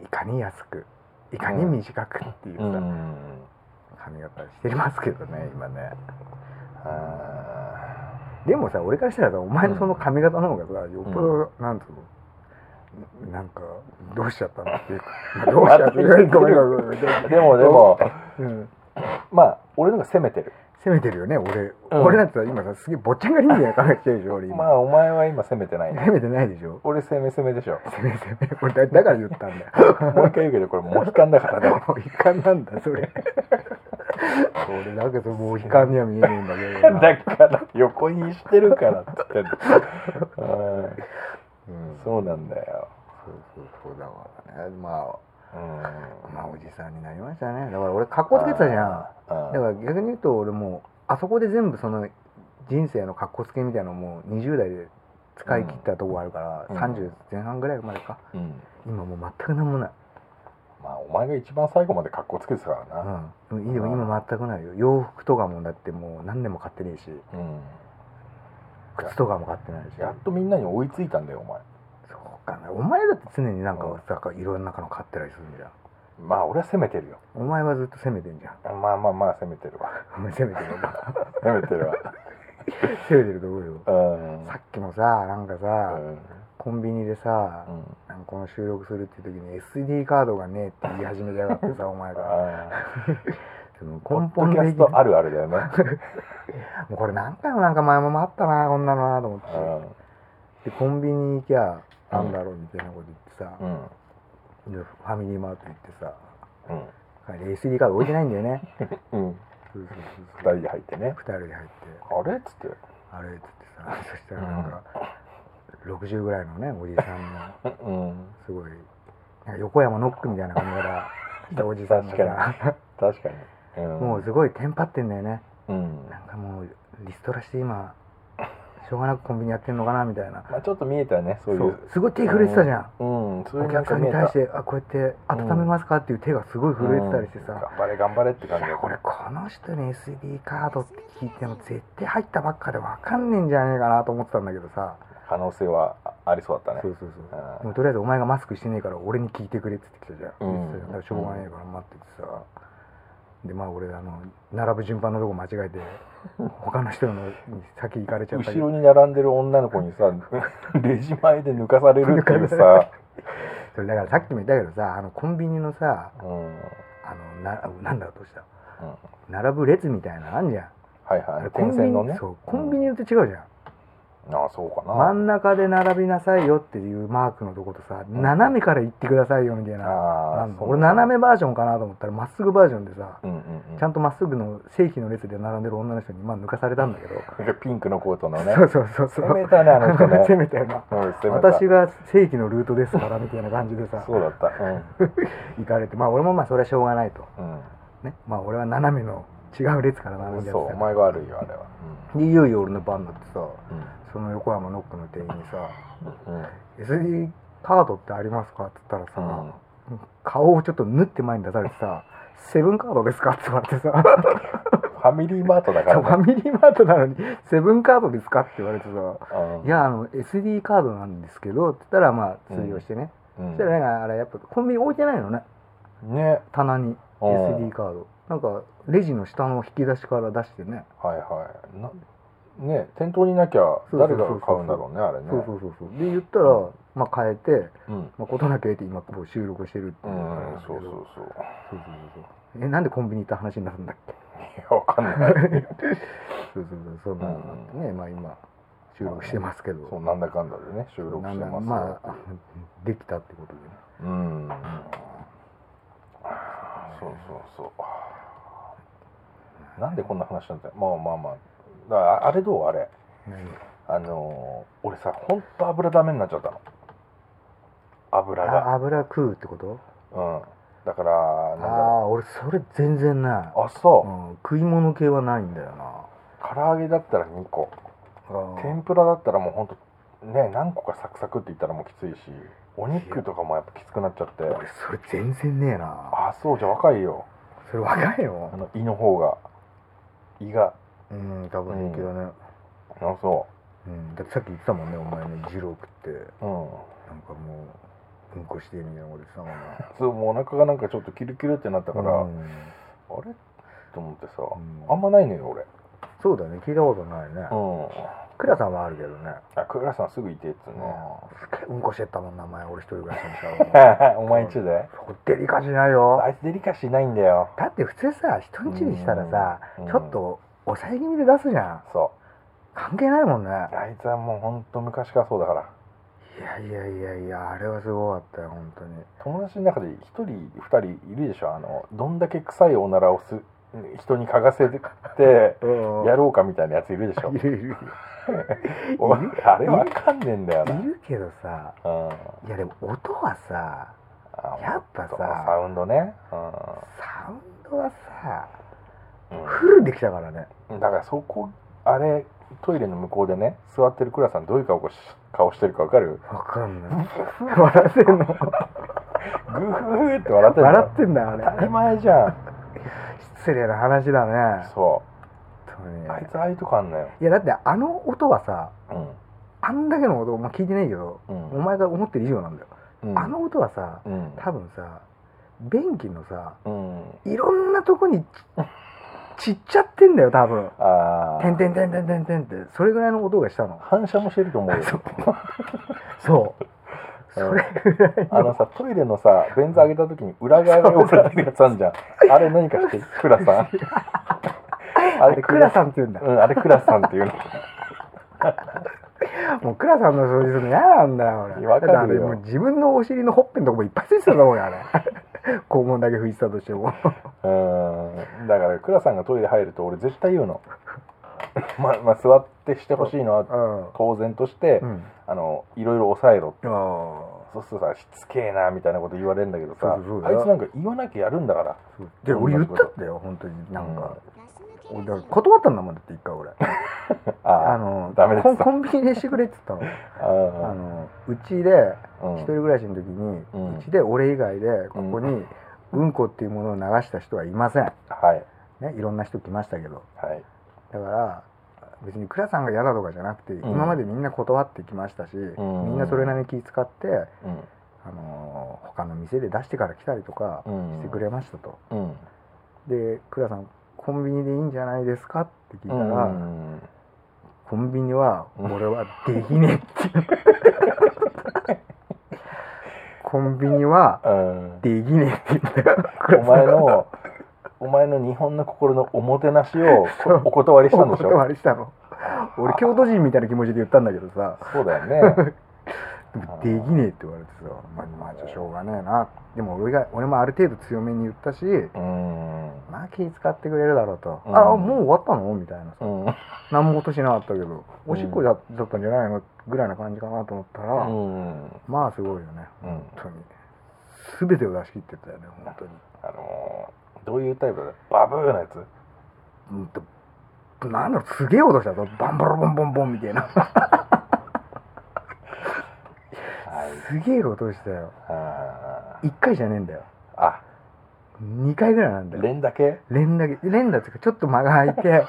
ういかに安くいかに短くっていうさ、
うん
髪型してますけどね今ね
あ
でもさ俺からしたらさお前のその髪型の方がさよっぽど、なんつうのなんかどうしちゃったのっていうか どうしちゃったのごめんごめんごめん
ー でもでも
うん
まあ俺のが攻めてる
攻めてるよね俺、
うん
俺なんてさ今さすげえ坊ちゃんがりみたいな髪してるでしょ俺今、
まあお前は今攻めてないね
攻めてないでしょ
俺攻め攻めでしょ
攻め攻め俺だだから言ったんだよ
もう一回言うけどこれモヒカンだからね
もう遺憾なんだそ れ俺だけどもう遺憾には見えねえんだけどな
だから横にしてるからって言ってんの
うん
うんそうなんだよ
そうそうそうだからねま
うん
あまあおじさんになりましたねだから俺格好つけてたじゃん
あ
だから逆に言うと俺もうあそこで全部その人生の格好つけみたいなのもう20代で使い切ったとこあるから、
うん
30前半ぐらいまでか
うん
今もう全くなんもない、
まあお前が一番最後まで格好つけてたからな
うん、でも今全くないよ洋服とかもだってもう何年も買ってねえし
うん
靴とかも買ってないし
やっとみんなに追いついたんだよお前
そうかなお前だって常になんかさいろんなの買ってたりするじゃん
まあ俺は攻めてるよ
お前はずっと攻めてんじゃん
まあまあまあ攻めてるわ
お前攻めてるよ
攻めて るわ
攻めてると思うよ
うん
さっきもさなんかさ、コンビニでさ、
うんうん
なんかこの収録するっていう時に SD カードがねえって言い始めやがってさお前が
あ
その
ーポ
根
ッ
本的
ドキャ
に
ス
も
トあるあるだよね
うこれ何回もなんか前もあったなこんなのなと思っ
う
てでコンビニ行きゃなんだろうみたいなこと言ってさ、
んうん
でファミリーマート行ってさ
うん
で SD カード置いてないんだよね
うん、
そうそう
2
そうそう
人で入ってね
2人で入って
あれっつって
あれっつってさそしたらなんか、 60ぐらいのねおじさんの
うん
すごいなんか横山ノックみたいな髪型したおじさんがさ
確かに、うん、
もうすごいテンパってんだよね
うん
なんかもうリストラして今しょうがなくコンビニやってんのかなみたいな
まあ、ちょっと見えたよねそういう
そうすごい手震えてたじゃん、
うん、うん、そういう
お客さんに対して「あこうやって温めますか?」っていう手がすごい震えてたりしてさ、
頑張れ頑張れって感
い
じ
やこれこの人に SD カードって聞いても絶対入ったばっかで分かんねえんじゃねえかなと思ってたんだけどさ、
可能性はありそうだった
そ
ね
うそうそう
あ
でもとりあえずお前がマスクしてねえから俺に聞いてくれっつってきたじゃん、
う
言
ん
ってたじゃだからしょうがねえから待っててさ、でまあ俺あの並ぶ順番のとこ間 違えて他の人のに先行かれちゃった
後
け
ろ
ど
に並んでる女の子にさレジ前で抜かされるっていう
抜か
さ、
それだからさっきも言ったけどさあのコンビニのさ
うんうん、
あのななんだろうとした
は
並ぶ列みたいなのあんじゃん
い
あ
は
れ
い
コンビ
点
ニ
線のね
そうコンビニ
うん
って違うじゃん
ああそうかな
真ん中で並びなさいよっていうマークのとことさ
ん
斜めから行ってくださいよみたいな
あ
な
あ
んの俺斜めバージョンかなと思ったらまっすぐバージョンでさ
めうんうんうん
ちゃんとまっすぐの正規の列で並んでる女の人にまあ抜かされたんだけど、
なんかピンクのコートのね
そうそうそうそう
攻めたねあの人ね
攻めたよな
うん攻めた
私が正規のルートですからみたいな感じでさ
そうだったう
行
ん
かれてまあ俺もまあそれはしょうがないと
うん
ねまあ俺は斜めの違う列から並んで
そう
やっ
お
てたか
前が悪いよあれは
らでいよいよ俺の番になってさ
うん
その横山ノックの店員にさ
うんうん
「SD カードってありますか?」って言ったらさ、
うん
顔をちょっと縫って前に出されて さ「セブンカードですか?」って言われて さ
ファミリーマートだか
ファ
らね
ミリーマートなのに「セブンカードですか?」って言われてさ「
うん
いやあの SD カードなんですけど」って言ったらまあ通用してね、
うん
そしたらなんかあれやっぱコンビニ置いてないのね
ね
棚に
うん
SD カードなんかレジの下の引き出しから出してね
はいはいなね店頭にいなきゃ
そうそうそ
誰
うそう
が買うんだろうねあれね
そうそうそうそうで言ったら
うん
まあ変えて
うん
まあ事なきを得て今こう収録してるって
う
いうのがあるん
ん
だけ
そ
ど
うそうそう
そうそうそうそうえなんでコンビニ行った話になるんだっけ
いやわか んない
そうそうそうそんなのがあってね、まあ今収録してますけど、
そうなんだかんだでね収録して
なんだ
ます
まあできたってことでね
うんそうそうそうなんでこんな話なんだよまあまあまあだからあれどうあれあのー俺さほんと油ダメになっちゃったの油
あ
が
油食うってこと
うんだから
あ
なんだろ
あー俺それ全然ないう
あそうう、
ん、食い物系はないんだよな
唐揚げだったら2個天ぷらだったらもうほんとね何個かサクサクっていったらもうきついしお肉とかもやっぱきつくなっちゃって
俺それ全然ねえな
あそうじゃあ若いよ
それ若いよ
あの胃の方が胃が
うん多分平気だね、
あそ
うん、だってさっき言ってたもんねお前ね二郎食って
ううん
なんかもううんこしてみたいなこと言ってたもんな
そうもうお腹がなんかちょっとキルキルってなったから、
うん
あれと思ってさ、
うん
あんまないのよ俺
そうだね聞いたことないね、
うん
クラさんはあるけどね
あクーラさんすぐいてっつうね、
すげえうんこしてったもんな前俺一人暮らしのし
お前んちで
ほってりかしないよ
あいつデリカシーないんだよ
だって普通さ人んちにしたらさ
うん
ちょっと抑え気味で出すじゃん
そ
関係ないもんね
うあいつはもうほんと昔からそうだから
いやいやいやいやあれはすごかったよ本当に
友達の中で1人2人いるでしょあのどんだけ臭いおならをす人に嗅がせて
うん
やろうかみたいなやついるでしょ
いるいる
お前あれわかんねえんだよな、
いるけどさ
うん、
いやでも音はさ
あ
やっぱさ
サウンドね、
サウンドはさ
うん
フルできたからね
うん、だからそこあれトイレの向こうでね座ってるクラさんどういう顔し顔してるかわかる
わかんない笑ってんの
グフフって笑ってる
笑ってんだあ
当たり
れ
前じゃん
失礼な話だね
そ
本当に
うあいつああいうとこあんのよ
いやだってあの音はさ
う
あんだけの音、まあ、聞いてないけど、
ん
お前が思ってる以上なんだよ、
うん
あの音はさ
うん
多分さ便器のさ
うん
いろんなとこにちちっちゃってんだよ多分
あ
「
あ
てんてんてんてんてんてん」ってそれぐらいの音がしたの
反射もしてると思うよ
そうそう それぐらい
あのさトイレのさ便座上げた時に裏側が汚れてるやつあ んじゃんあれ何かしてクラさん
あれクラさんって言うんだ
うんあれクラさんっていうの
もうクラさんの掃除するの嫌なんだよ俺
わかるよ
だってあれもう自分のお尻のほっぺのとこもいっぱいついてたと思うよ あれ肛門だけ拭いてたとしても
うんだからクラさんがトイレ入ると俺絶対言うのまあまあ座ってしてほしいのは
う
公然として、
んうん
あのいろいろ抑えろって
ああ
そうするとさしつけえなみたいなこと言われるんだけどさ
そうそうそう
あいつなんか言わなきゃやるんだから
そうで俺言ったんだよ本当になんか、
お
俺
だか
だからら
こ
断ったんだもんだって一回俺あ
あ
の
ダメです
コンコンビニでしてくれって言ったの
ああ
あ
あ
のうちで
うん
一人暮らしの時に、
う
うんちで俺以外でここにうんこっていうものを流した人はいません、
はい
ね、いろんな人来ましたけど
はい
だから別に倉さんが嫌だとかじゃなくて、
ん
今までみんな断ってきましたし、
ん
みんなそれなりに気遣って、
うん
あのー他の店で出してから来たりとか
うん
してくれましたと、
うん
で倉さんコンビニでいいんじゃないですかって聞いた
うん
ら、コンビニは俺はできねえ っていうコンビニは
うん
できねえって言ったよ
お前のお前の日本の心のおもてなしをこお断りしたん
お
でしょ
断りしたの俺京都人みたいな気持ちで言ったんだけどさ
そうだよね
でもできねえって言われてさまあまあじゃあしょうがねえなでも俺が俺もある程度強めに言ったし
うん
まあ気使ってくれるだろうと、
うん
あもう終わったのみたいなさ、
うん
何も落としなかったけどおしっこだだったんじゃないのぐらいな感じかなと思ったら、
うん
まあすごいよね
うん
本当に全てを出し切ってたよね本当に
あのーどういうタイプだバブーなやつ
うんとなんだろうすげえ音したぞバンバロボンボンボンみたいな
はい
すげえ音したよ
あ
1回じゃねえんだよ
ーあ
2回ぐらいなんだよ
連だけ
連打連打っていうかちょっと間が空い て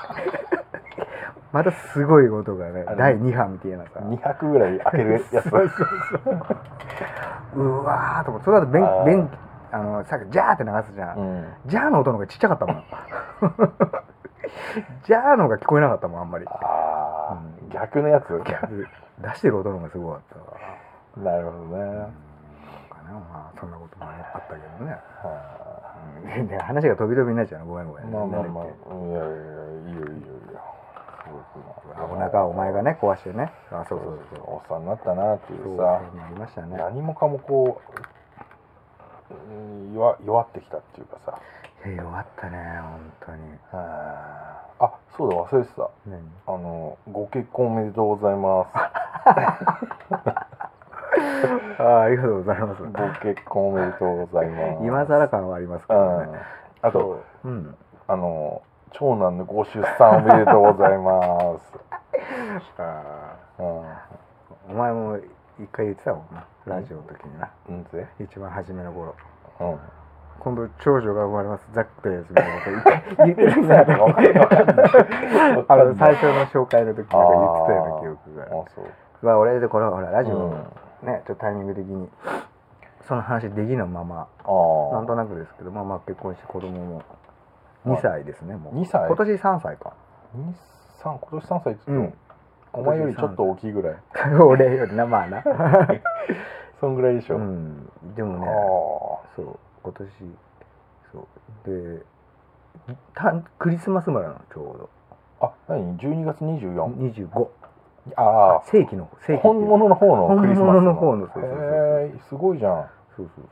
またすごい音がね
あの
第2波みたいなさ
200ぐらい開けるやつ
そうそうそううわーと思ってそれだと便
あー
便あのさっきジャーって流すじゃん、
うん
ジャーの音の方がちっちゃかったも んジャーの方が聞こえなかったもんあんまり
ああ、
うん
逆のやつ
出してる音の方がすごかったわ
なるほどね、
なんかねまあそんなこともあったけどね
は
うんで話が飛び飛びになっちゃうのごめんごめ
あ
ん
まあまあまあ
なんだっ
いやいやいいよいいよいいよ
けあお腹をお前がね壊してねあそうそうそう
おっさんになったなってい
そうう
さ
なりましたね
何もかもこううん弱弱ってきたっていうかさ
いや弱ったね本当に
あーあそうだ忘れてた
何
あのご結婚おめでとうございます
ああありがとうございます
ご結婚おめでとうございます
今更感はありますけ
う
ど
ん
ね
あと
うん
あの長男のご出産おめでとうございます
あ
う、
ーお前も一回言ってたもんなラジオの時になん
んぜ、
一番初めの頃
うん、
今度長女が生まれますザックですみたいなこと一回言ってるんだ
わかんないわかんないわ
あ
かん
の
ない
最初の紹介の時なんか言ってたような記憶が
あ
ある
そう、
まあ俺でこれはほらラジ
う
オ
ん、
ね、ちょっとタイミング的にその話できぬまま
あ
なん
あ
となくですけどまあまあ結婚して子供も
はい
2歳ですねもう
二歳
今年3歳 か
二三今年三歳って
う
言っ
ん
ても、お前よりちょっと大きいぐらい
俺よりなまあな
そんぐらいでし
う
ょ、
んでもね
あ
そう今年そうでたクリスマス生まれなのちょ
ああ何12月24
うど25
あ
世紀の方世紀ってい
あ
う
本物の方のクリスマス
本物の方のそうそうそうそう
へえすごいじゃん
そうそうそう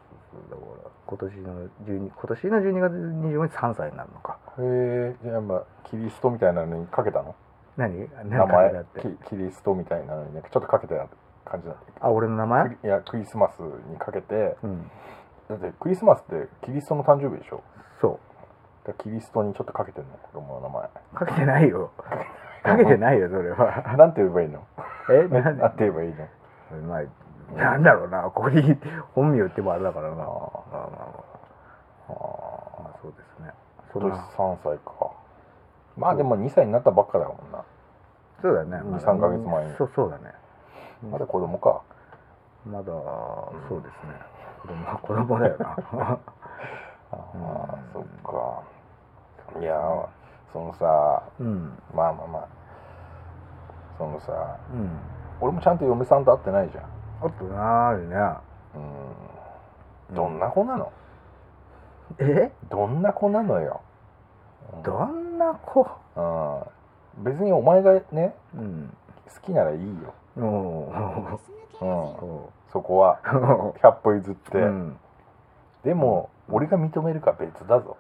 そうだから今年の12今年の12月25日3歳になるのか
へえじゃあやっぱキリストみたいなのにかけたの
何何
名
か
前
だって
キキリストみたいなのにねちょっとかけてた感じなんだっ
あ俺の名前
けどクリいやクリスマスにかけて
うん
だってクリスマスってキリストの誕生日でしょ
そ
だからキリストにちょっとかけてんの子供の名前
うかけてないよかけてないよそれは
なんて言えばいいの
え
なん
何
なんて言えばいいの
まあなんだろうなここに本名言ってもあれだからなまあ
あ
まあま
あ
あまあそうですねそ
今
ん
年
な
3歳かまあでも2歳になったばっかだもんな
そうだね
二三ヶ月前に
そうそうだね
まだ子供か
まだそうですね子供は子供だよ な
ああ
うん
そっかいやーそのさ
うん
まあまあまあそのさ
うん
俺もちゃんと嫁さんと会ってないじゃん
あとなーにね
うんどんな子なの、
え
どんな子なのよ、
どんな子
うん、別にお前がね
うん
好きならいいよ
おお
う
お
そこは
お
100歩譲って、
うん
でも俺が 認めるか別だぞ、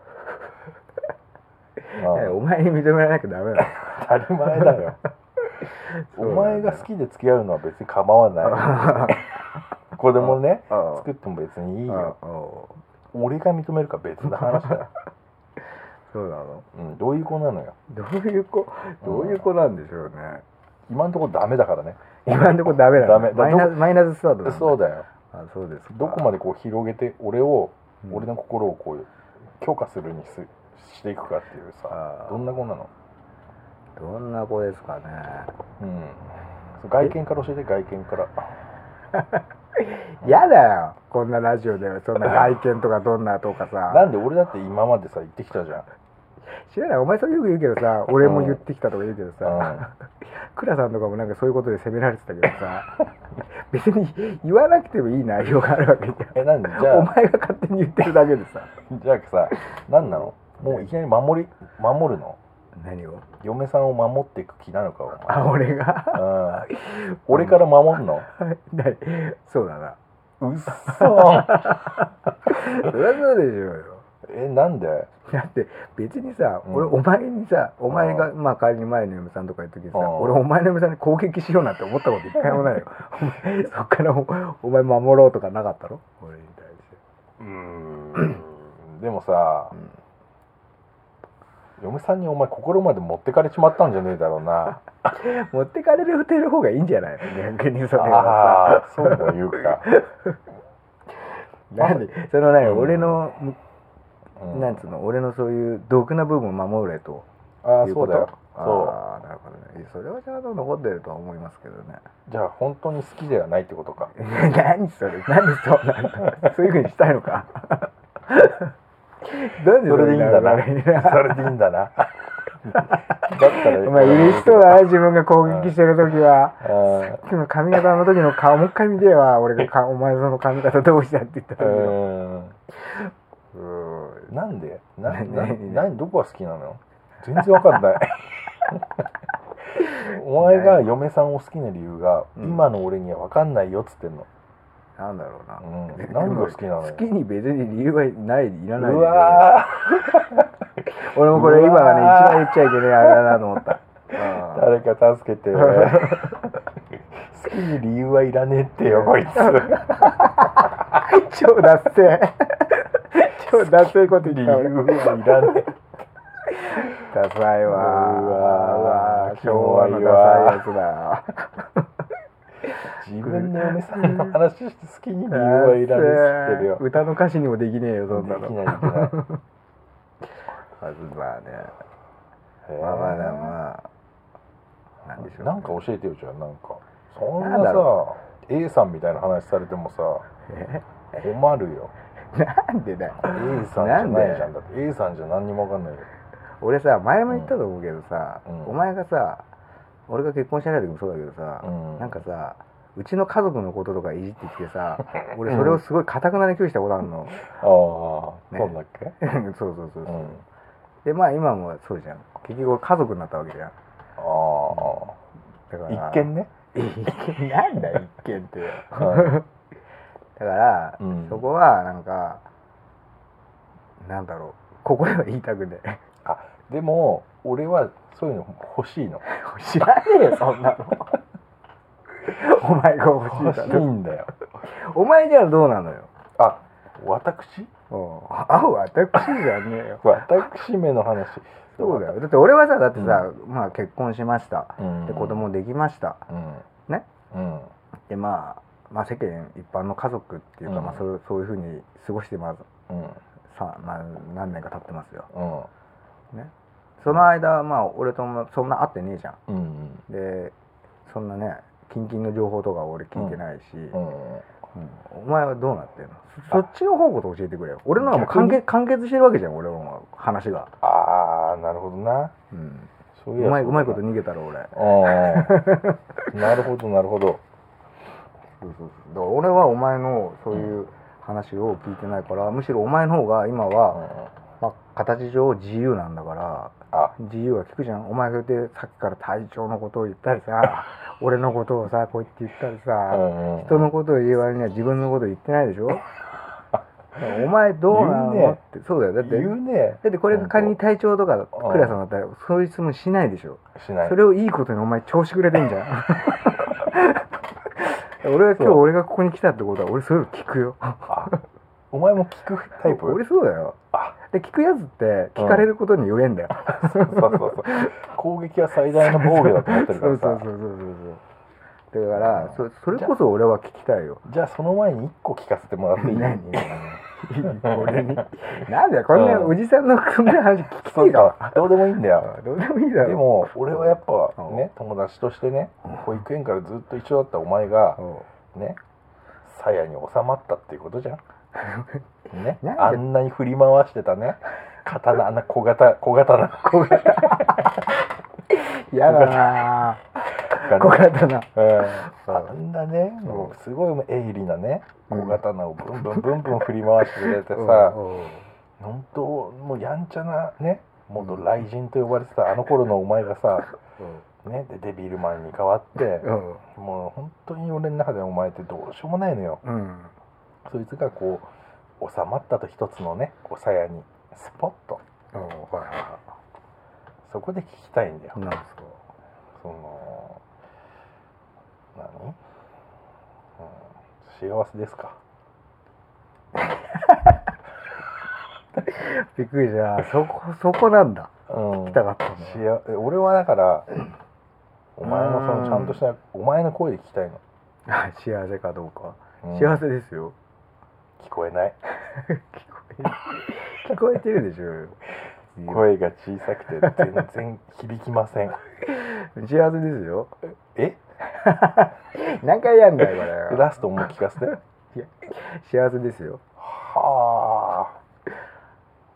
いやお前に認められなきゃダメだ
たり前だ よお前が好きで付き合うのは別に構わない子供ね
うん
作っても別にいいよ
よ
俺が認めるか別の話だよ、
そうなの
うん、どういう子なのよ
どういう子どういう子なんでしょうね、
今のところダメだからね
今のところダメなの
ダメだ
マイナスマイナススタートなの
そうだよ
あそうですか
どこまでこう広げて俺を、
うん
俺の心をこう強化するにすしていくかっていうさ
あー
どんな子なの、
どんな子ですかね
うん、そう外見から教えて外見から
嫌だよこんなラジオでそんな外見とかどんなとか
な
さ
んで俺だって今までさ言ってきたじゃん
知らないお前それよく言うけどさ俺も言ってきたとか言うけどさ、クラさんとかもなんかそういうことで責められてたけどさ 別に言わなくてもいい内容があるわけじ
えなんでじ
ゃんお
ゃあ
前が勝手に言ってるだけでさ
じゃあさ何なのもういきなり守り守るの
何を
嫁さんを守っていく気なのかお
あ俺が
前、うん、俺から守るの
ないそうだな
うっそ
そりゃそうでしょうよ
えなんで
だって別にさ、
うん
俺お前にさお前が、
う
まあ仮に前の嫁さんとかいう時にさ、
うん
俺お前の嫁さんに攻撃しようなんて思ったこと一回もないよお前そっからおお前守ろうとかなかったろ俺に対して、
うーんでもさ
うん
嫁さんにお前心まで持ってかれちまったんじゃねえだろうな
持ってかれるてる方がいいんじゃないの逆にそれは
ああそうも言うか、
さなんでその何、
うん
俺の、
うん
なんつうの俺のそういう毒な部分を守れと
ああ
いう
そ
こ
う
と
だよそ
ああなるほどねいやそれはちゃんと残ってるとは思いますけどね
うじゃあ本当に好きではないってことか
いや何それ何そうなんだそういうふうにしたいのか なんで
それでいいんだな
それになる
それでいいんだなだったら
お前嬉しそうだな自分が攻撃してる時は
うん
さっきの髪型の時の顔もう一回見ては俺がかお前その髪型どうしたって言った時の
うんなんでな
ね
な
ね
何どこが好きなの全然 わかんないお前が嫁さんを好きな理由が、
うん
今の俺にはわかんないよっつってんの、
なんだろうな
うん、何が好きなの
好きに別に理由はないいらないでしょ
うわ
俺もこれ今はね
うわ
一番言っちゃいけないあれだなと思った
ー誰か助 けて好きに理由はいらねえってよこいつ
超脱線超脱線こと言っ
理由
た俺
はいらねえ
ダサいわー
うわー
うわー昭和の ダサいやつだ
自分の嫁さんの話して好きに理由はいらねえっつってるよ
ダサい歌の歌詞にもできねえよそんなの
できないできない
まずまあね
へえ
まあまあまあまあなんでしょうね
なんか教えてよじゃあなんかそん
なんだ
なさ A さんみたいな話されてもさ困るよ
なんでだよ
A さんじゃないじゃ
なんん
だって A さんじゃ何にも分かんないよ
俺さ前も言ったと思うけどさ、
うん
お前がさ俺が結婚してない時もそうだけどさ、
うん
なんかさうちの家族のこととかいじってきて さ俺それをすごいかたくなに拒否したことあるの
ああ、
ね
そうだっけ
そうそうそうそう、
うん
でまあ今もそうじゃん結局俺家族になったわけじゃん
あ
だから
あ一見ね
一 見なんだよ一見ってよ
は
だから、
うん
そこはなんかなんだろうここでは言いたくねえ
でも俺はそういうの欲しいの
知らねえよそんなのお前が欲
欲
しい
し
だ
い
ろ
んだよ
お前じゃあどうなのよ
あ私
うんあ私じゃねえよ
私めの話
そうだよだって俺はさだってさ、まあ結婚しました
うん
で子供できました
うん
ね
うん
でまあまあ世間一般の家族っていうか、
うん
まあそうそういうふうに過ごしてまず
うん
さまあ何年か経ってますよ
うん
その間まあ俺ともそんな会ってねえじゃん
うん
でそんなね近々の情報とか俺聞いてないし、
うん
うんお前はどうなってんのそそっちの方こそ教えてくれよ俺のはもう完結完結してるわけじゃん俺の話が、
ああなるほどな
うん、
そうういや
まい
そうだ
まいこと逃げたろ俺
う んなるほどなるほど
そうそうそうだから俺はお前のそういう話を聞いてないからむしろお前の方が今
う
は、
ん
まあ、形上自由なんだから
あ
自由は聞くじゃんお前が言ってさっきから体調のことを言ったり さ俺のことをさこう言って言ったりさ、
うんうん
人のことを言う割には自分のことを言ってないでしょお前どうなの、
言うね
ってそうだよだって
言うね
だってこれが仮に体調とか
当
クラスだったらそういう質問しないでしょ
しない
それをいいことにお前調子くれてんじゃ ん俺は今日俺がここに来たってことは俺そういうの聞くよ
あお前も聞くタイプ
俺そうだよ
あ
で聞くやつって聞かれることに言えんだよ、
そうそうそう攻撃は最大の防御だと思ってるか
そう
ら
そう
さ
そうそうそうだからそそれこそ俺は聞きたい よ
じゃあその前に1個聞かせても らっていい
何俺になんだよこんなおじさんの組んだ話聞きた
そ
いうか
かどうでもいいんだよ
どうでもいいだろ
でも俺はやっぱ
うん
ね友達としてね
うん
保育園からずっと一緒だったお前が
おう
ね鞘に収まったっていうこ とじゃんね
なんで
あんなに振り回してたね刀あんな小型小刀小型
嫌だな
が
ぁ 小
ね
刀
うんあんなねもうすごい鋭利なね
うん
小刀をブンブンブンブン振り回してくれてさ
おうおう
本当もうやんちゃなね元雷神と呼ばれてたあの頃のお前がさねでデビルマンに変わって
おう
もう本当に俺の中でお前ってどうしようもないのよ
うん
そいつがこう収まったと一つのねお鞘にスポッと
おう
そこで聞きたいんだよ、
なんですか
その何、うん、幸せですか
びっくりしたそこそこなんだ
うん
来たかったの
しあえ俺はだからお前のそのちゃんとしたお前の声で聞きたいの、
あ幸せかどうか、
うん
幸せですよ
聞こえない
聞こえてるでしょうよ
声が小さくて全然響きません
幸せですよ
え
何回やんだよこ れ
ラストもう聞かせて
幸せですよ
は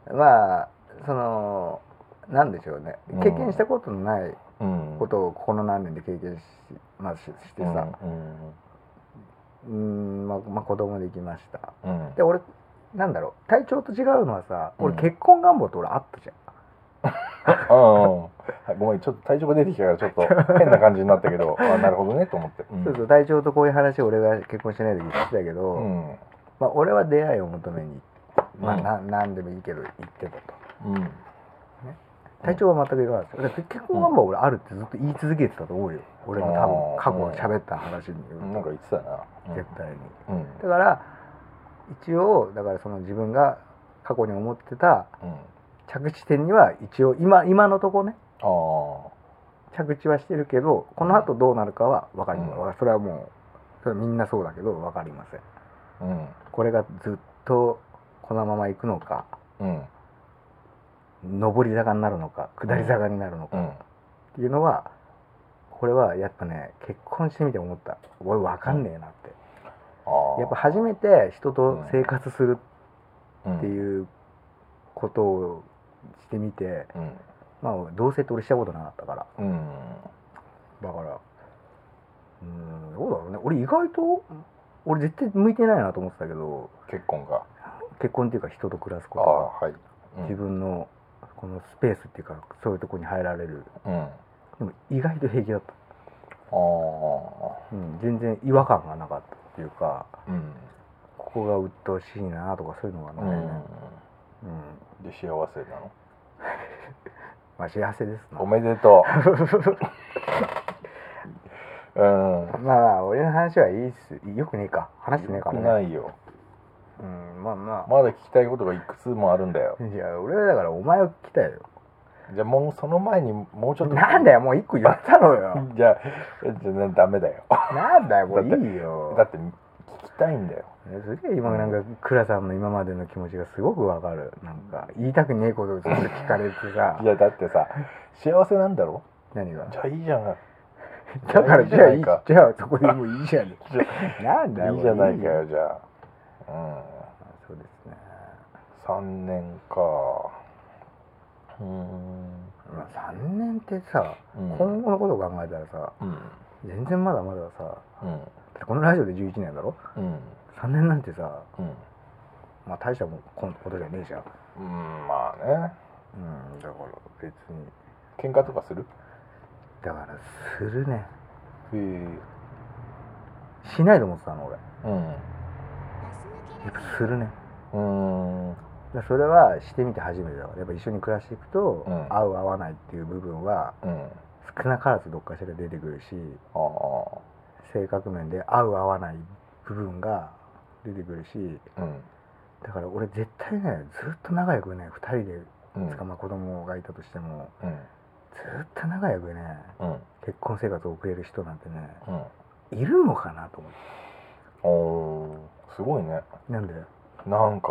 あ
まあそのなんでしょうね
うん
経験したことのない
うん
ことをここの何年で経験し,、まあ、ししてさ
うん
うんまあ、まあ子供できました
うんうん
で俺なんだろう体調と違うのはさ俺
うん
結婚願望って俺あったじゃん
ああごめんちょっと体調が出てきたから ちょっと変な感じになったけどあなるほどねと思ってうん
そうそう体調とこういう話を俺が結婚しない時にしてたけど、
うん
まあ、俺は出会いを求めに、まあ、
うん
な何でもいいけど行ってたと
うん
体調は全くいかないですよだから結婚願望は俺あるってずっと言い続けてたと思うよ俺の
あー
多分過去喋った話による
なんか言ってたなうん
絶対に
うん
だから一応だからその自分が過去に思ってた
うん
着地点には一応今今のとこね
ああ
着地はしてるけどこの後どうなるかは分かりません、
うん
それはもうそれはみんなそうだけど分かりません
うん
これがずっとこのまま行くのか
うん
上り坂になるのか下り坂になるのか
うん
っていうのはこれはやっぱね結婚してみて思った俺分かんねえなって、
ああ
やっぱ初めて人と生活する
っ
って
う
いうことをしてみて、
ん
まあ同棲って俺したことなかったから
うん、うん
だからうーんどうだろうね俺意外と俺絶対向いてないなと思ってたけど
結婚が
結婚っていうか人と暮らす
あ
こ
あ
と
はい、う
が
ん
自分のこのスペースっていうかそういうとこに入られる
うんあ
でも意外と平気だった、
あ
うん、全然違和感がなかったっていうか
うん
ここが鬱陶しいなとかそういうのが
う
ない
ん
ね、うん
で幸せなの
まあ幸せですな
おめでとううん
まあまあ俺の話はいいっすよくねえか話してねえからね
ないよ
うんまあまあ、
まだ聞きたいことがいくつもあるんだよ
いや俺はだからお前を聞きたいよ
じゃあもうその前にもうちょっと
なんだよもう一個言ったろよ
じゃあじゃあダメだよ
なんだよもう
だって
いいよ
だって聞きたいんだよ
すげえ今なんか倉さんの今までの気持ちがすごくわかるなんか言いたくねえことをずっと聞かれてさ
いやだってさ幸せなんだろ
何が
じゃあいいじゃん
だからじゃあいい
いい
じ
じゃ
ゃ
ないか
あそこでもういいじゃん
じゃ
なんだよ
いいじゃないか
もう
よじゃあ
あそうですね
うん3年かうーん
まあ3年ってさ
うん
今後のことを考えたらさ
うん
全然まだまださだ
うん
ってこのラジオで11年だろ
うん
3年なんてさ
うん
まあ大したもんこんことじゃねえじゃん
うんまあね
うんだから別に
喧嘩とかする
だからするね
へえ
しないと思ってたの俺
うん
やっぱするね
うん
でそれはしてみて初めてだわやっぱ一緒に暮らしていくと、
うん
合う合わないっていう部分は
うん
少なからずどっかしら出てくるし
ああ
性格面で合う合わない部分が出てくるし
うん
だから俺絶対ねずっと仲良くね2人で
うん
つかまあ子供がいたとしても、
うん
ずっと仲良くね
うん
結婚生活を送れる人なんてね
うん
いるのかなと思って
おーすごいね
なんで
なんか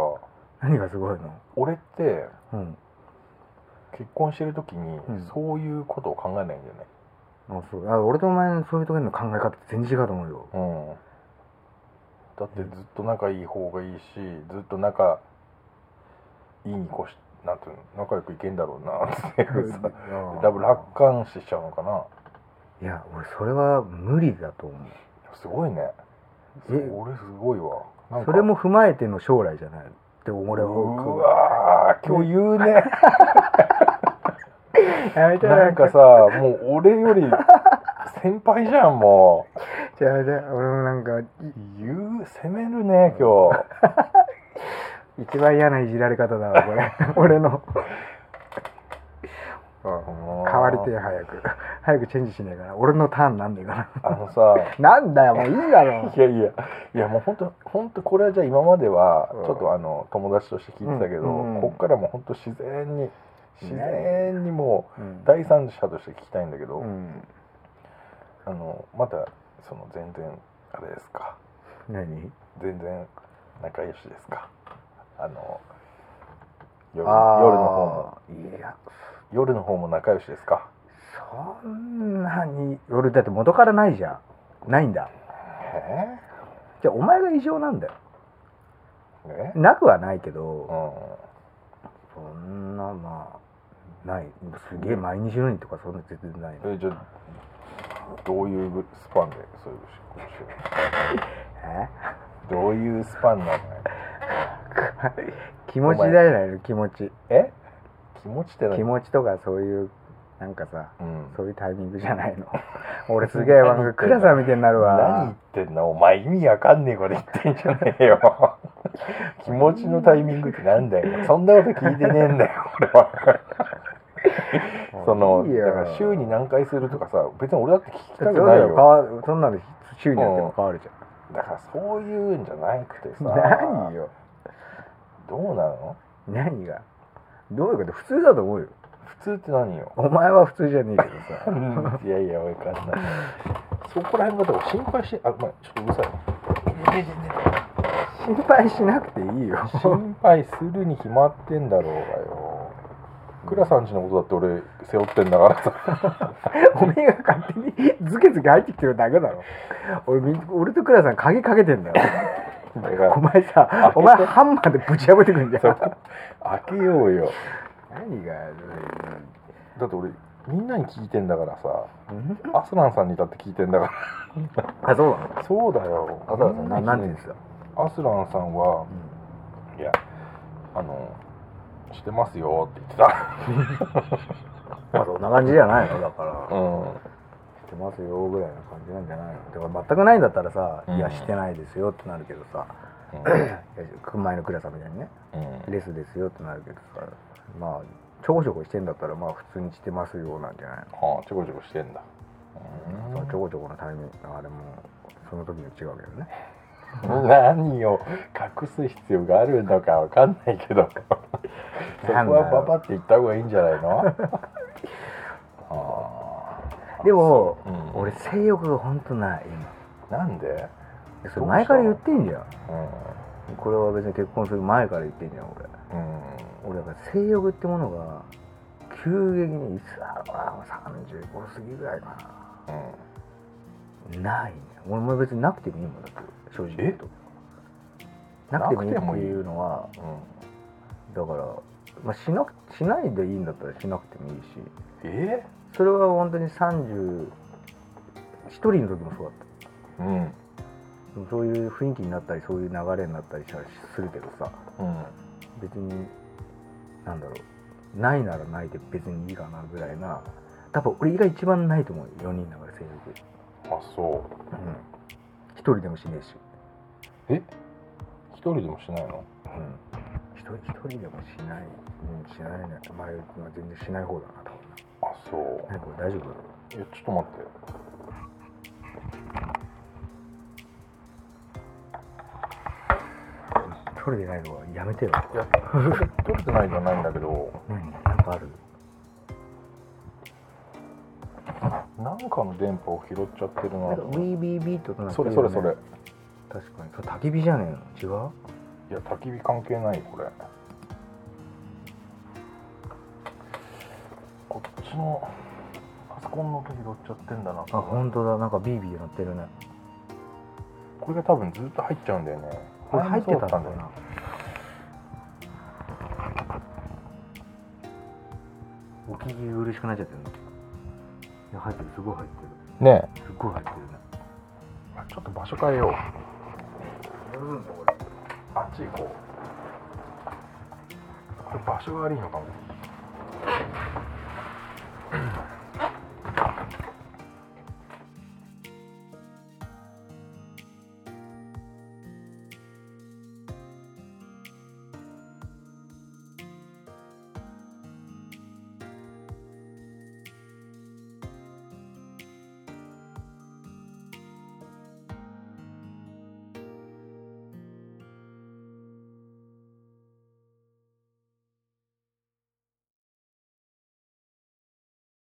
何がすごいの
俺って
うん
結婚してる時に
うん
そういうことを考えないんだよね
あそうあ俺とお前のそういう時の考え方全然違うと思うよ
うんだってずっと仲いい方がいいしずっと仲いいに越しなんていうの仲良くいけんだろうなっ ていうさだいぶ楽観視しちゃうのかない
や俺それは無理だと思う
すごいね
え
俺すごいわなんか
それも踏まえての将来じゃないって俺は
うわー今日言うね
やめて
なんかさもう俺より先輩じゃんもう
やめて俺もなんかい
言う攻めるね今日
一番嫌ないじられ方だわこれ 俺の 変わりてえ早く早くチェンジしねえから俺のターンなんねえか
あのさ
らなんだよもういいだろ
いやいやいやもう本当本当これはじゃあ今までは
うん
ちょっとあの友達として聞いてたけど、
うんうん
こっからもう本当自然に自然にもう
うん
第三者として聞きたいんだけど、
うん
あのまだその全然あれですか
何
全然仲良しですかあの夜
あー
夜の方も
いや
夜の方も仲良しですか
そんなに俺だって元からないじゃんないんだ
え
じゃあお前が異常なんだよ
えね
なくはないけ
う
ど、
ん
そんなまあないすげえ毎日のようにとかそんな絶対ないの
えじゃあどういうスパンでそういうことしてるの
え
どういうスパンなのよ
気持ちだよね気持ち
え気持ちって何
気持ちとかそういうなんかさ
うん
そういうタイミングじゃないの俺すげえなんかクラさんみたいになる
何
わ
言ってんのお前意味わかんねえこと言ってんじゃね えよ気持ちのタイミングってなんだよそんなこと聞いてねえんだよ俺はその
いいよ
だから週に何回するとかさ別に俺だって聞き
そ
た
う
く
だ
ない
よ変
よ
わそんなの週によっても変わるじゃ
だからそういうんじゃなくてさ
ん何よ
どうなの
何がどういうこと普通だと思うよ
普通って何よ
お前は普通じゃねえけど
う
さ
んいやいやわかんないそこら辺まで心配してあまあちょっとうるさいな
心配しなくていいよ
心配するに決まってんだろうがよ倉さんちのことだって俺背負ってんだから さ
おめえが勝手にズケズケ入ってきてるだけだろ俺み俺とクラさん鍵かけてんだよ
だ
お
から
前さお前ハンマーでぶち破ってくるんじゃ
そ
ん
こ開けようよ
何が
だって俺みんなに聞いてんだからさ
うん
アスランさんにだって聞いてんだか
あそうなの
らそうだよ
あそうなんですよなんて言うんですか
アスランさんはいやあのしてますよって言ってた
まあそんな感じじゃないのだから
うん
してますよぐらいな感じなんじゃないのだから全くないんだったらさ、
うん
いやしてないですよってなるけどさいや前のクラさんみたいにね
うん
レスですよってなるけどさまあちょこちょこしてんだったらまあ普通にしてますよなんじゃないの
はあちょこちょこしてんだ
そのちょこちょこのタイミングあれもその時に違うけどね
何を隠す必要があるのかわかんない けどそこはパパって言った方がいいんじゃな いのあー
でも、
うん
俺性欲がほんとない今
なんで、
それ前から言ってんじゃん
うん
これは別に結婚する前から言ってんじゃん俺
うん、
俺だから性欲ってものが急激にいつだろうな35過ぎぐらいか
うん
なないね俺も別になくてもいいもんだって正直言うとなくてもいいっていうのは
うん、
だから、まあ、しなくしないでいいんだったらしなくてもいいし
え
それは本当に31人の時もそうだった
うん
でもそういう雰囲気になったりそういう流れになったりしたりするけどさ
うん
別になんだろうないならないで別にいいかなぐらいな多分俺が一番ないと思う4人だから性欲
あそう
うん一人でもしねえし
え一人でもしないの
ううん一人一人でもしない、うん、しないね、まあ、まあ全然しない方だな多分
あそう
なえこれ大丈夫
えちょっと待って
一人でないのはやめてよ
いや取れてないじゃないんだけど
何なんかある
なんかの電波を拾っちゃってる
な
なん
かウィービービーって音な
それそれそれ
確かにそれ焚き火じゃねえの違う
いや焚き火関係ないよこれこっちのパソコンの音拾っちゃってんだな
あ本当だなんかビービー鳴ってるね
これが多分ずっと入っちゃうんだよね
これ入ってたのか
前もそうだ
なお聞き苦しくなっちゃってるのいや入ってるすごい入ってる
ねえ
すっごい入ってるね
ちょっと場所変えよう
うんこ
あっち行こうこれ場所が悪いのかも